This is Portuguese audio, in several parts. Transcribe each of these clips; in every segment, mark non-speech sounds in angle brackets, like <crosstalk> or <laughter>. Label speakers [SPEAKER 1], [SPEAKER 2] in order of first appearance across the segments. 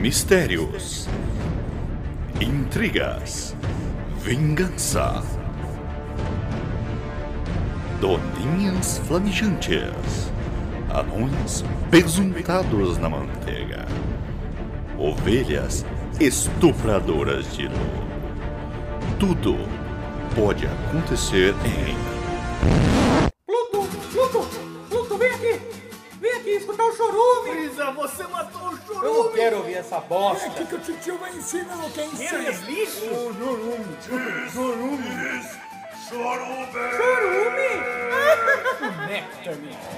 [SPEAKER 1] Mistérios, intrigas, vingança, doninhas flamijantes, anões pesuntados na manteiga, ovelhas estupradoras de luz. Tudo pode acontecer em
[SPEAKER 2] Pluto, Pluto, Pluto, vem aqui! Vem aqui escutar o chorume!
[SPEAKER 3] Brisa, você matou o
[SPEAKER 4] Eu não quero ouvir essa bosta.
[SPEAKER 5] que o titio vai ensinar o que
[SPEAKER 3] Aqueles
[SPEAKER 5] ensina.
[SPEAKER 3] lixos?
[SPEAKER 2] Chorume!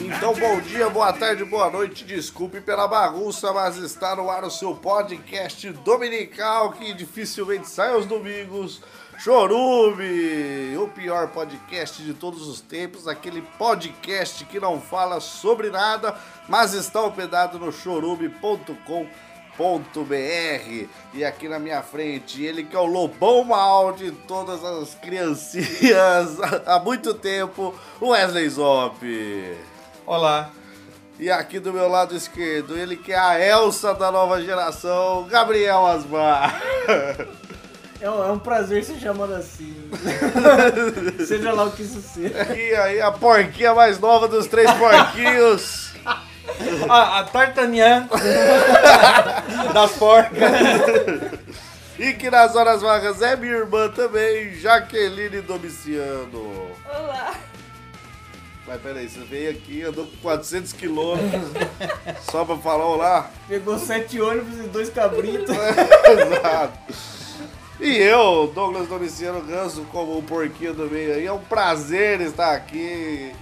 [SPEAKER 6] Então, bom dia, boa tarde, boa noite. Desculpe pela bagunça, mas está no ar o seu podcast dominical que dificilmente sai aos domingos. Chorume, o pior podcast de todos os tempos, aquele podcast que não fala sobre nada, mas está hospedado no chorume.com.br. E aqui na minha frente, ele que é o lobão mal de todas as criancinhas <laughs> há muito tempo, o Wesley Zop.
[SPEAKER 4] Olá.
[SPEAKER 6] E aqui do meu lado esquerdo, ele que é a Elsa da nova geração, Gabriel
[SPEAKER 4] <laughs>
[SPEAKER 6] Asmar.
[SPEAKER 7] É um, é um prazer ser chamado assim.
[SPEAKER 4] <laughs>
[SPEAKER 7] seja lá o que isso seja.
[SPEAKER 6] E aí, a porquinha mais nova dos três
[SPEAKER 4] <laughs>
[SPEAKER 6] porquinhos.
[SPEAKER 4] Ah, A, a
[SPEAKER 6] <laughs>
[SPEAKER 4] Tartanian das <laughs> porcas.
[SPEAKER 6] E que nas horas vagas é minha irmã também, Jaqueline Domiciano. Olá. Mas peraí, você veio aqui, andou 400 quilômetros só pra falar olá?
[SPEAKER 7] Pegou sete ônibus e dois cabritos.
[SPEAKER 6] Exato. E eu, Douglas Domiciano Ganso, como o porquinho do meio aí, é um prazer estar aqui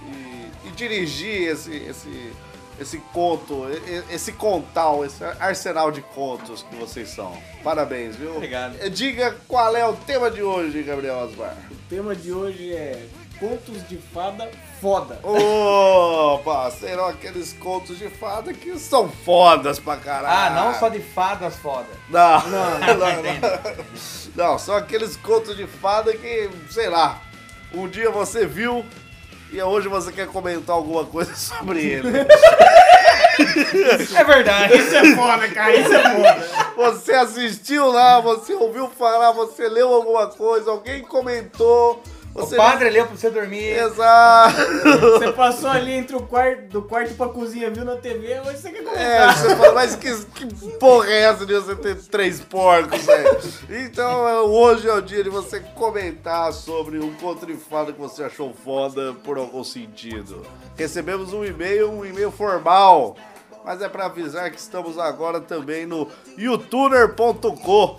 [SPEAKER 6] e, e dirigir esse, esse, esse conto, e- e- esse contal, esse arsenal de contos que vocês são. Parabéns, viu?
[SPEAKER 4] Obrigado.
[SPEAKER 6] Diga qual é o tema de hoje, Gabriel Osmar.
[SPEAKER 7] O tema de hoje é contos de fada foda.
[SPEAKER 6] Opa, serão aqueles contos de fada que são fodas pra
[SPEAKER 4] Ah,
[SPEAKER 6] caralho.
[SPEAKER 4] não só de fadas foda.
[SPEAKER 6] Não, <laughs> não, não, Não, são aqueles contos de fada que, sei lá, um dia você viu e hoje você quer comentar alguma coisa <laughs> sobre ele.
[SPEAKER 4] É verdade. Isso é
[SPEAKER 3] Foda, cara, isso é foda.
[SPEAKER 6] Você assistiu lá, você ouviu falar, você leu alguma coisa, alguém comentou.
[SPEAKER 4] o
[SPEAKER 6] Você
[SPEAKER 4] padre leu pra você dormir.
[SPEAKER 6] <laughs> Exato.
[SPEAKER 7] Você passou ali entre o quarto, do quarto pra cozinha, viu na TV, hoje você quer
[SPEAKER 6] É,
[SPEAKER 7] comentar.
[SPEAKER 6] você fala, mas que, que porra é essa de você ter três porcos, velho? Então, é, hoje é o dia de você comentar sobre um conto de fada que você achou foda por algum sentido. Recebemos um e-mail, um e-mail formal. Mas é pra avisar que estamos agora também no youtuner.com.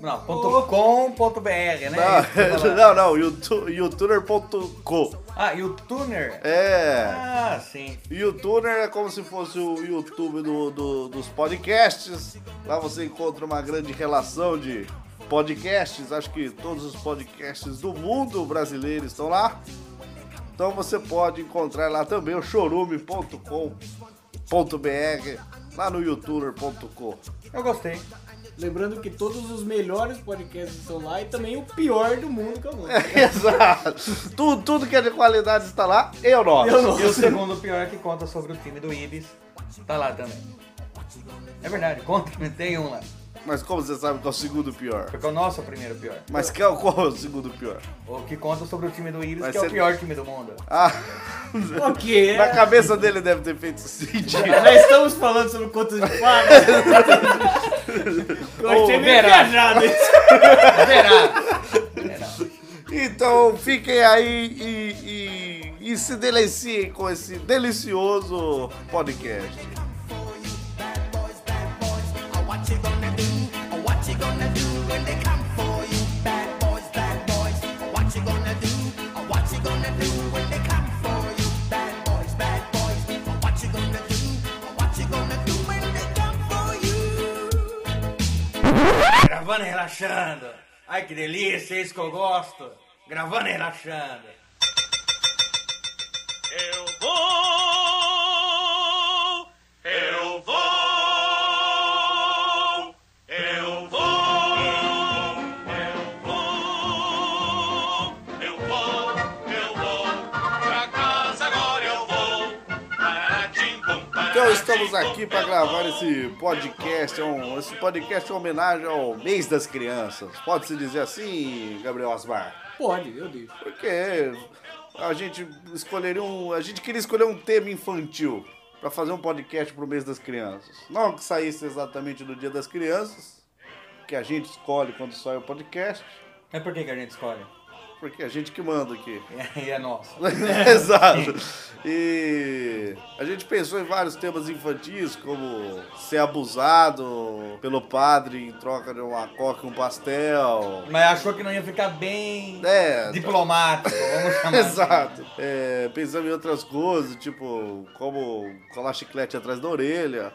[SPEAKER 4] Não, ponto .com.br, né? Isso que eu tô falando.
[SPEAKER 6] tá? <laughs> Não, não, youtu- youtuner.com.
[SPEAKER 4] Ah, e o Tuner?
[SPEAKER 6] É.
[SPEAKER 4] Ah, sim.
[SPEAKER 6] YouTuner é como se fosse o YouTube do- do- dos podcasts. Lá você encontra uma grande relação de podcasts. Acho que todos os podcasts do mundo brasileiro estão lá. Então você pode encontrar lá também o chorume.com.br lá no youtuber.com.
[SPEAKER 4] Eu gostei.
[SPEAKER 7] Lembrando que todos os melhores podcasts estão lá e também o pior do mundo que é o mundo.
[SPEAKER 6] <laughs> Exato. Tudo, tudo que é de qualidade está lá. Eu não.
[SPEAKER 7] Eu não.
[SPEAKER 4] E o segundo pior é que conta sobre o time do Ibis. Tá lá também. É verdade, conta que tem um lá.
[SPEAKER 6] Mas como você sabe que é o segundo pior?
[SPEAKER 4] Porque o nosso é o primeiro pior.
[SPEAKER 6] Mas que é o- qual é o segundo pior?
[SPEAKER 4] O que conta sobre o time do Ibis,
[SPEAKER 6] Vai
[SPEAKER 4] que é
[SPEAKER 6] ser-
[SPEAKER 4] o pior time do mundo.
[SPEAKER 6] Ah,
[SPEAKER 7] Ok,
[SPEAKER 6] na cabeça dele deve ter feito sentido.
[SPEAKER 7] já estamos falando sobre contos de fada.
[SPEAKER 4] <laughs>
[SPEAKER 7] Eu achei meio
[SPEAKER 4] Verá.
[SPEAKER 7] viajado isso.
[SPEAKER 4] Verá. Verá.
[SPEAKER 6] Então fiquem aí e, e- e se deleciem com esse delicioso podcast.
[SPEAKER 4] Gravando e relaxando. Ai que delícia, é isso que eu gosto. Gravando e relaxando.
[SPEAKER 3] Eu vou
[SPEAKER 6] Então estamos aqui para gravar esse podcast. é um- esse podcast é uma homenagem ao mês das crianças. Pode-se dizer assim, Gabriel Osmar?
[SPEAKER 7] Pode, eu deixo.
[SPEAKER 6] Porque a gente escolheria um. A gente queria escolher um tema infantil para fazer um podcast pro mês das crianças. Não que saísse exatamente no dia das crianças, que a gente escolhe quando sai o podcast,
[SPEAKER 4] É por que, que a gente escolhe? <laughs>
[SPEAKER 6] porque é a gente que manda aqui.
[SPEAKER 4] E é nosso.
[SPEAKER 6] <laughs> Exato. E a gente pensou em vários temas infantis, como ser abusado pelo padre em troca de uma coca e um pastel.
[SPEAKER 4] Mas achou que não ia ficar bem
[SPEAKER 6] É,
[SPEAKER 4] diplomático, vamos chamar.
[SPEAKER 6] <laughs>
[SPEAKER 4] assim.
[SPEAKER 6] exato. É, pensamos em outras coisas, tipo como colar chiclete atrás da orelha.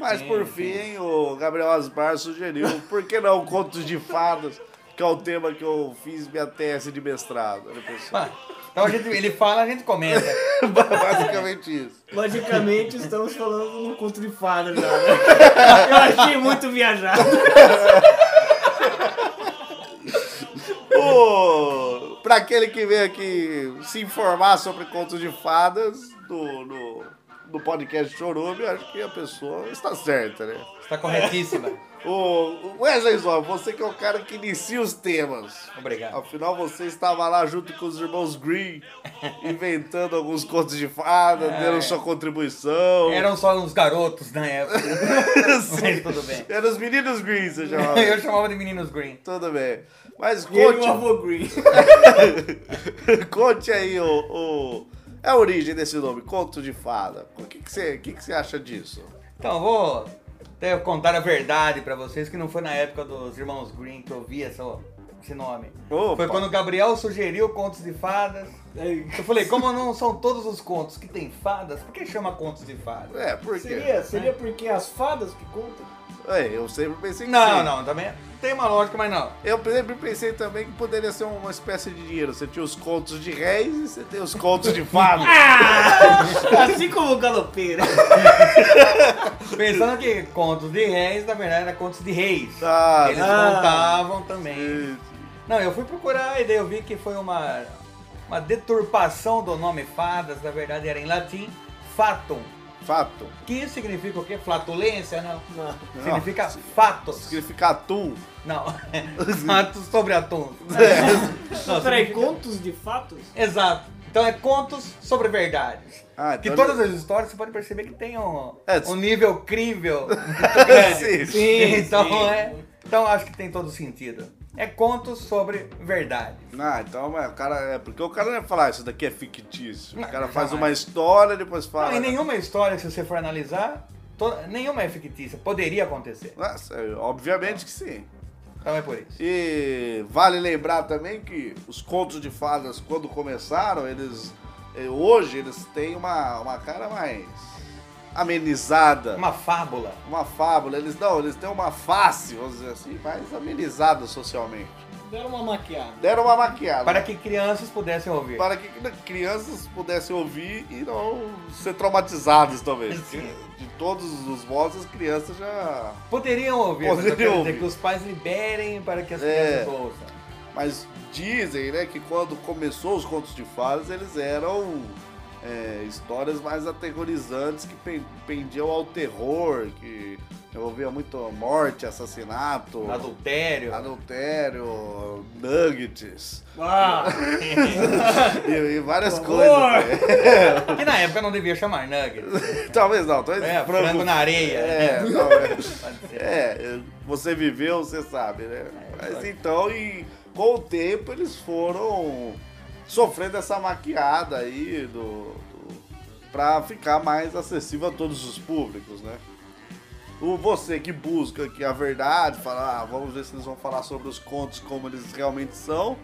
[SPEAKER 6] Mas por fim, o Gabriel Asbar sugeriu, por que não contos de fadas, que é o tema que eu fiz minha tese de mestrado. né, Ele pensou,
[SPEAKER 4] Então a gente, ele fala, a gente comenta.
[SPEAKER 6] <laughs> basicamente isso.
[SPEAKER 7] Logicamente, estamos falando de um conto de fada já, né? <laughs> Eu achei muito viajado.
[SPEAKER 6] Ô, pra aquele que veio aqui se informar sobre contos de fadas do, no, no podcast Chorume, acho que a pessoa está certa, né?
[SPEAKER 4] Está Tá corretíssima.
[SPEAKER 6] Ô, Wesley Zó, você que é o cara que inicia os temas.
[SPEAKER 4] Obrigado.
[SPEAKER 6] Afinal, você estava lá junto com os irmãos
[SPEAKER 4] <laughs>
[SPEAKER 6] Green, inventando alguns contos de fadas,
[SPEAKER 4] É.
[SPEAKER 6] dando sua contribuição.
[SPEAKER 4] Eram só uns garotos na época.
[SPEAKER 6] <laughs>
[SPEAKER 4] Mas tudo bem.
[SPEAKER 6] Eram os meninos Green, você
[SPEAKER 4] <laughs>
[SPEAKER 6] chamava.
[SPEAKER 4] Eu chamava de meninos green.
[SPEAKER 6] Tudo bem. Mas
[SPEAKER 7] Ele e
[SPEAKER 4] é um
[SPEAKER 6] <laughs> conte...
[SPEAKER 7] o avô Green.
[SPEAKER 6] Conte aí o, o- a origem desse nome, Conto de Fada. O que que você que que você acha disso?
[SPEAKER 4] Então, eu vou até contar a verdade pra vocês, que não foi na época dos Irmãos Green que eu vi essa, esse nome.
[SPEAKER 6] Opa.
[SPEAKER 4] Foi quando o Gabriel sugeriu Contos de Fadas.
[SPEAKER 7] É,
[SPEAKER 4] Eu falei, como não são todos os contos que tem fadas, por que chama Contos de Fadas?
[SPEAKER 6] É, por quê?
[SPEAKER 7] Seria, seria porque as fadas que contam?
[SPEAKER 6] É, eu sempre pensei que
[SPEAKER 4] Não,
[SPEAKER 6] sim.
[SPEAKER 4] não, também tem uma lógica, mas não.
[SPEAKER 6] Eu sempre pensei também que poderia ser uma espécie de dinheiro. Você tinha os contos de réis e você tem os contos de fadas.
[SPEAKER 7] <laughs> Assim como o galopeiro.
[SPEAKER 4] Pensando que contos de réis, na verdade, era contos de reis.
[SPEAKER 6] Ah,
[SPEAKER 4] Eles
[SPEAKER 7] ah.
[SPEAKER 4] contavam também. Não, eu fui procurar e daí eu vi que foi uma, uma deturpação do nome fadas, na verdade era em latim, fatum.
[SPEAKER 6] Fato.
[SPEAKER 4] Que significa o quê? Flatulência? Não.
[SPEAKER 7] Não.
[SPEAKER 4] Significa fatos.
[SPEAKER 6] Significa atum.
[SPEAKER 4] Não. <laughs> fatos
[SPEAKER 6] <laughs>
[SPEAKER 4] sobre atum.
[SPEAKER 6] É.
[SPEAKER 4] Não,
[SPEAKER 7] Peraí,
[SPEAKER 4] significa-
[SPEAKER 7] contos de fatos?
[SPEAKER 4] Exato. Então é contos sobre verdades.
[SPEAKER 6] Ah,
[SPEAKER 4] que
[SPEAKER 6] então-
[SPEAKER 4] todas as histórias você pode perceber que tem um,
[SPEAKER 6] É,
[SPEAKER 4] um nível crível.
[SPEAKER 6] <laughs> Sim.
[SPEAKER 4] <laughs> então é. Então acho que tem todo sentido. É contos sobre verdade.
[SPEAKER 6] Ah, então mas o cara. É porque o cara não ia falar, "Ah, isso daqui é fictício. O
[SPEAKER 4] Não,
[SPEAKER 6] cara faz
[SPEAKER 4] jamais.
[SPEAKER 6] uma história depois fala.
[SPEAKER 4] Não, e nenhuma história, se você for analisar, to- nenhuma é fictícia. Poderia acontecer.
[SPEAKER 6] Nossa, obviamente que sim.
[SPEAKER 4] Então é por isso.
[SPEAKER 6] E vale lembrar também que os contos de fadas, quando começaram, eles. eh, Hoje eles têm uma, uma cara mais amenizada. Uma...
[SPEAKER 4] Uma fábula.
[SPEAKER 6] fábula. Eles não, eles têm uma face, vamos dizer assim, mais amenizada socialmente.
[SPEAKER 7] Deram uma maquiada.
[SPEAKER 6] Deram uma maquiada.
[SPEAKER 4] Para que crianças pudessem ouvir.
[SPEAKER 6] para que crianças pudessem ouvir e não ser traumatizadas, talvez.
[SPEAKER 4] Sim.
[SPEAKER 6] Porque De todos os modos, as crianças já.
[SPEAKER 4] Poderiam ouvir. mas eu
[SPEAKER 6] Poderiam
[SPEAKER 4] quero
[SPEAKER 6] ouvir.
[SPEAKER 4] Dizer que os pais liberem para que as
[SPEAKER 6] É.
[SPEAKER 4] crianças ouçam.
[SPEAKER 6] Mas dizem, né, que quando começou os contos de fadas, eles eram é, histórias mais aterrorizantes que pen- pendiam ao terror, que envolvia muito morte, assassinato,
[SPEAKER 4] Adultério.
[SPEAKER 6] adultério, nuggets
[SPEAKER 7] Ah,
[SPEAKER 6] e, <laughs> e várias coisas. né? <laughs>
[SPEAKER 4] Que na época não devia chamar nuggets.
[SPEAKER 6] Talvez não, talvez
[SPEAKER 4] É, frango, na areia.
[SPEAKER 6] É, talvez.
[SPEAKER 4] Pode ser.
[SPEAKER 6] É, você viveu, você sabe, né?
[SPEAKER 7] É,
[SPEAKER 6] Mas então, e com o tempo eles foram sofrendo essa maquiada aí do, do para ficar mais acessível a todos os públicos, né? O você que busca aqui a verdade, fala, ah, vamos ver se eles vão falar sobre os contos como eles realmente são.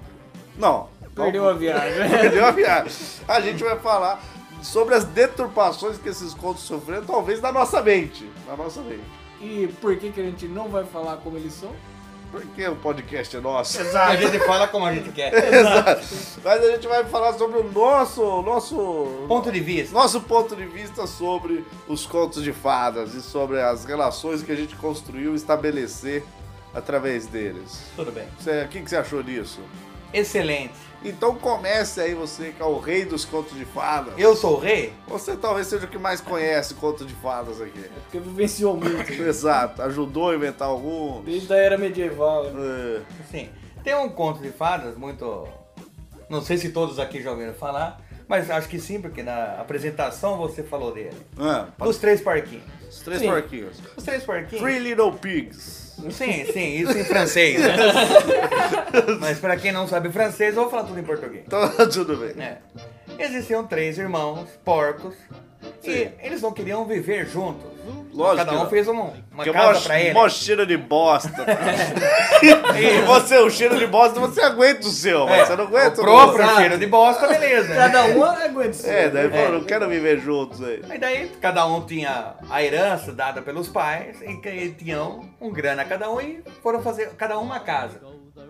[SPEAKER 6] Não.
[SPEAKER 7] perdeu a viagem.
[SPEAKER 6] Perdeu a viagem. A gente vai falar sobre as deturpações que esses contos sofreram, talvez na nossa mente, na nossa mente.
[SPEAKER 7] <laughs> E por que, que a gente não vai falar como eles são?
[SPEAKER 6] Porque o podcast é nosso. <laughs>
[SPEAKER 4] A gente fala como a gente quer.
[SPEAKER 6] Mas a gente vai falar sobre o nosso, nosso,
[SPEAKER 4] Ponto de vista.
[SPEAKER 6] nosso ponto de vista sobre os contos de fadas e sobre as relações que a gente construiu e estabelecer através deles.
[SPEAKER 4] Tudo bem.
[SPEAKER 6] Você- O que, que você achou disso?
[SPEAKER 4] excelente.
[SPEAKER 6] Então comece aí você, que é o rei dos contos de fadas.
[SPEAKER 4] Eu sou o rei?
[SPEAKER 6] Você talvez seja o que mais conhece conto de fadas aqui.
[SPEAKER 7] É Porque vivenciou muito.
[SPEAKER 6] Tipo, Exato, ajudou a inventar algum.
[SPEAKER 7] Desde a era medieval. né?
[SPEAKER 6] É,
[SPEAKER 4] Assim, tem um conto de fadas muito. Não sei se todos aqui já ouviram falar, mas acho que sim, porque na apresentação você falou dele.
[SPEAKER 6] ah,
[SPEAKER 4] Os três parquinhos.
[SPEAKER 6] os três
[SPEAKER 4] Sim.
[SPEAKER 6] porquinhos.
[SPEAKER 4] Os três parquinhos.
[SPEAKER 6] Three Little Pigs.
[SPEAKER 4] Sim, sim, isso em
[SPEAKER 6] <laughs>
[SPEAKER 4] francês. né? Mas pra quem não sabe francês, eu vou falar tudo em português.
[SPEAKER 6] Então, <laughs> tudo bem.
[SPEAKER 4] É. Existiam três irmãos, porcos,
[SPEAKER 6] Sim.
[SPEAKER 4] e eles não queriam viver juntos.
[SPEAKER 6] Lógico
[SPEAKER 4] Cada
[SPEAKER 6] que
[SPEAKER 4] um
[SPEAKER 6] não.
[SPEAKER 4] fez um- uma
[SPEAKER 6] Porque
[SPEAKER 4] casa
[SPEAKER 6] mó-
[SPEAKER 4] pra ele.
[SPEAKER 6] mó cheiro de bosta. cara.
[SPEAKER 4] <laughs>
[SPEAKER 6] e você, o cheiro de bosta, você aguenta o seu, mas você não aguenta
[SPEAKER 4] É, o
[SPEAKER 6] do outro.
[SPEAKER 4] próprio cheiro de bosta, beleza. né?
[SPEAKER 7] Cada um aguenta.
[SPEAKER 6] É, daí falou, não quero viver juntos aí.
[SPEAKER 4] Aí daí cada um tinha a herança dada pelos pais e que tinham um grana cada um e foram fazer cada um uma casa.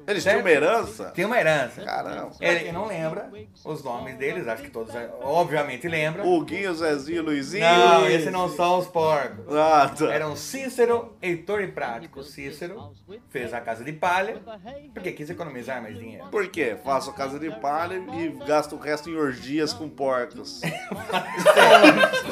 [SPEAKER 6] Eles
[SPEAKER 4] Certo.
[SPEAKER 6] tinham uma herança?
[SPEAKER 4] Tem uma herança.
[SPEAKER 6] Caramba.
[SPEAKER 4] Ele quem não lembra os nomes deles, acho que todos obviamente lembram.
[SPEAKER 6] O Guinho, Zezinho, Luizinho.
[SPEAKER 4] Não, esses não são os porcos.
[SPEAKER 6] Ah, tá.
[SPEAKER 4] Eram Cícero, Heitor e Prático. Cícero fez a casa de palha porque quis economizar mais
[SPEAKER 7] <laughs>
[SPEAKER 4] dinheiro.
[SPEAKER 6] Por quê? Faço casa de palha e gasto o resto em orgias com porcos.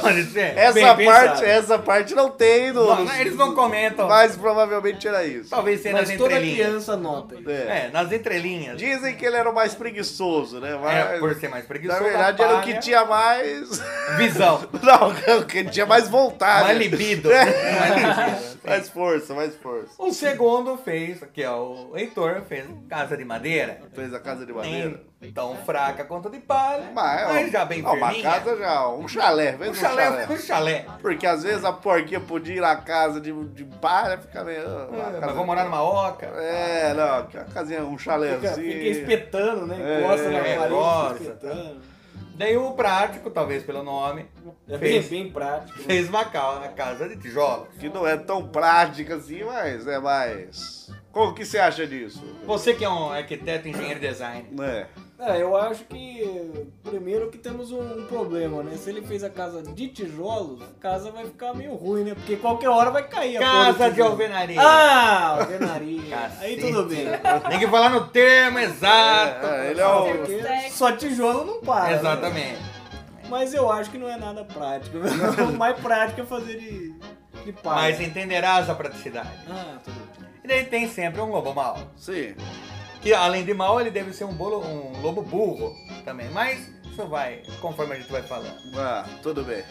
[SPEAKER 4] Pode ser?
[SPEAKER 6] Essa
[SPEAKER 7] Bem
[SPEAKER 6] parte,
[SPEAKER 7] pensado.
[SPEAKER 6] essa parte não tem no.
[SPEAKER 4] Não, não, eles não comentam.
[SPEAKER 6] Mas provavelmente era isso.
[SPEAKER 4] Talvez seja nas
[SPEAKER 7] Mas toda
[SPEAKER 4] entrelinhas.
[SPEAKER 7] criança nota.
[SPEAKER 6] É.
[SPEAKER 4] É, nas entrelinhas.
[SPEAKER 6] Dizem que ele era o mais preguiçoso, né? Mas,
[SPEAKER 4] É, por ser mais preguiçoso.
[SPEAKER 6] na verdade, era o que
[SPEAKER 4] palha,
[SPEAKER 6] tinha mais. <laughs>
[SPEAKER 4] Visão.
[SPEAKER 6] Não, o que tinha mais vontade.
[SPEAKER 4] Mais libido.
[SPEAKER 6] <laughs> É.
[SPEAKER 4] Mais libido. assim.
[SPEAKER 6] Mais força, mais força.
[SPEAKER 4] O segundo fez, que é o Heitor, fez casa de madeira.
[SPEAKER 6] Fez a casa de madeira.
[SPEAKER 4] Nem tão fraca quanto de palha,
[SPEAKER 6] Mas,
[SPEAKER 4] mas, já bem
[SPEAKER 6] não, uma
[SPEAKER 4] firminha.
[SPEAKER 6] casa já, um chalé, fez
[SPEAKER 4] um
[SPEAKER 6] um
[SPEAKER 4] chalé, um
[SPEAKER 6] chalé.
[SPEAKER 4] chalé.
[SPEAKER 6] Porque às vezes a porquinha podia ir na casa de, de palha e ficar meio. ah, uma
[SPEAKER 4] É, Mas
[SPEAKER 6] casa
[SPEAKER 4] vou
[SPEAKER 6] de-
[SPEAKER 4] morar numa oca.
[SPEAKER 6] É, não, que uma casinha, um
[SPEAKER 7] Fica, fica
[SPEAKER 6] chalézinho.
[SPEAKER 7] espetando, né?
[SPEAKER 6] É,
[SPEAKER 7] Encosta na
[SPEAKER 4] é,
[SPEAKER 7] parede,
[SPEAKER 4] gosta,
[SPEAKER 7] fica espetando.
[SPEAKER 4] Daí o prático, talvez pelo nome,
[SPEAKER 7] É bem,
[SPEAKER 4] Fez.
[SPEAKER 7] bem prático. né?
[SPEAKER 4] fez uma ca- uma casa de tijolos.
[SPEAKER 6] Que não é tão prática assim, mas é mais. Como que você acha disso?
[SPEAKER 4] Você que é um arquiteto, engenheiro e design.
[SPEAKER 6] Né?
[SPEAKER 7] É, eu acho que primeiro que temos um um problema, né? Se ele fez a casa de tijolos, a casa vai ficar meio ruim, né? Porque qualquer hora vai cair a porra
[SPEAKER 4] Casa
[SPEAKER 7] do
[SPEAKER 4] de
[SPEAKER 7] tijolo.
[SPEAKER 4] alvenaria.
[SPEAKER 7] Ah, alvenaria.
[SPEAKER 4] Cacete.
[SPEAKER 7] Aí tudo bem.
[SPEAKER 4] Tem que falar no termo exato.
[SPEAKER 6] É, ele é o.
[SPEAKER 7] Porque só tijolo não para. né?
[SPEAKER 4] Exatamente.
[SPEAKER 7] Mas eu acho que não é nada prático. <laughs> o mais prático é fazer de, de palha.
[SPEAKER 4] Mas entenderás a praticidade.
[SPEAKER 7] Ah, tudo bem.
[SPEAKER 4] E daí tem sempre um lobo mau.
[SPEAKER 6] Sim.
[SPEAKER 4] Que além de mal, ele deve ser um, bolo, um lobo burro também. Mas isso vai, conforme a gente vai falando.
[SPEAKER 6] Ah, tudo bem.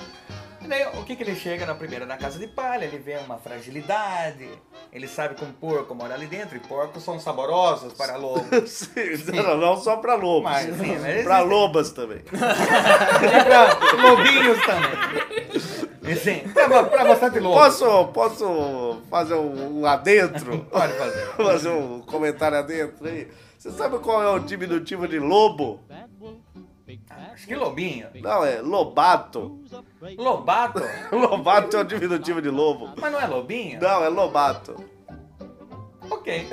[SPEAKER 4] E daí, o que, que ele chega na primeira na casa de palha? Ele vê uma fragilidade. Ele sabe que um porco mora ali dentro. E porcos são saborosos para lobos.
[SPEAKER 6] Sim, Não, não só pra lobos.
[SPEAKER 4] Mas, sim, mas
[SPEAKER 6] pra
[SPEAKER 4] existe.
[SPEAKER 6] lobas também.
[SPEAKER 4] E para lobinhos também. E sim, pra, pra bastante lobo.
[SPEAKER 6] Posso, posso fazer um, um
[SPEAKER 4] <laughs>
[SPEAKER 6] adentro?
[SPEAKER 4] Pode fazer.
[SPEAKER 6] fazer um comentário adentro aí? Você sabe qual é o diminutivo de lobo?
[SPEAKER 4] Acho que lobinho.
[SPEAKER 6] Não, é lobato. <laughs>
[SPEAKER 4] Lobato?
[SPEAKER 6] Lobato é o diminutivo de lobo.
[SPEAKER 4] Mas não é lobinho?
[SPEAKER 6] Não, é lobato. <laughs>
[SPEAKER 4] Ok.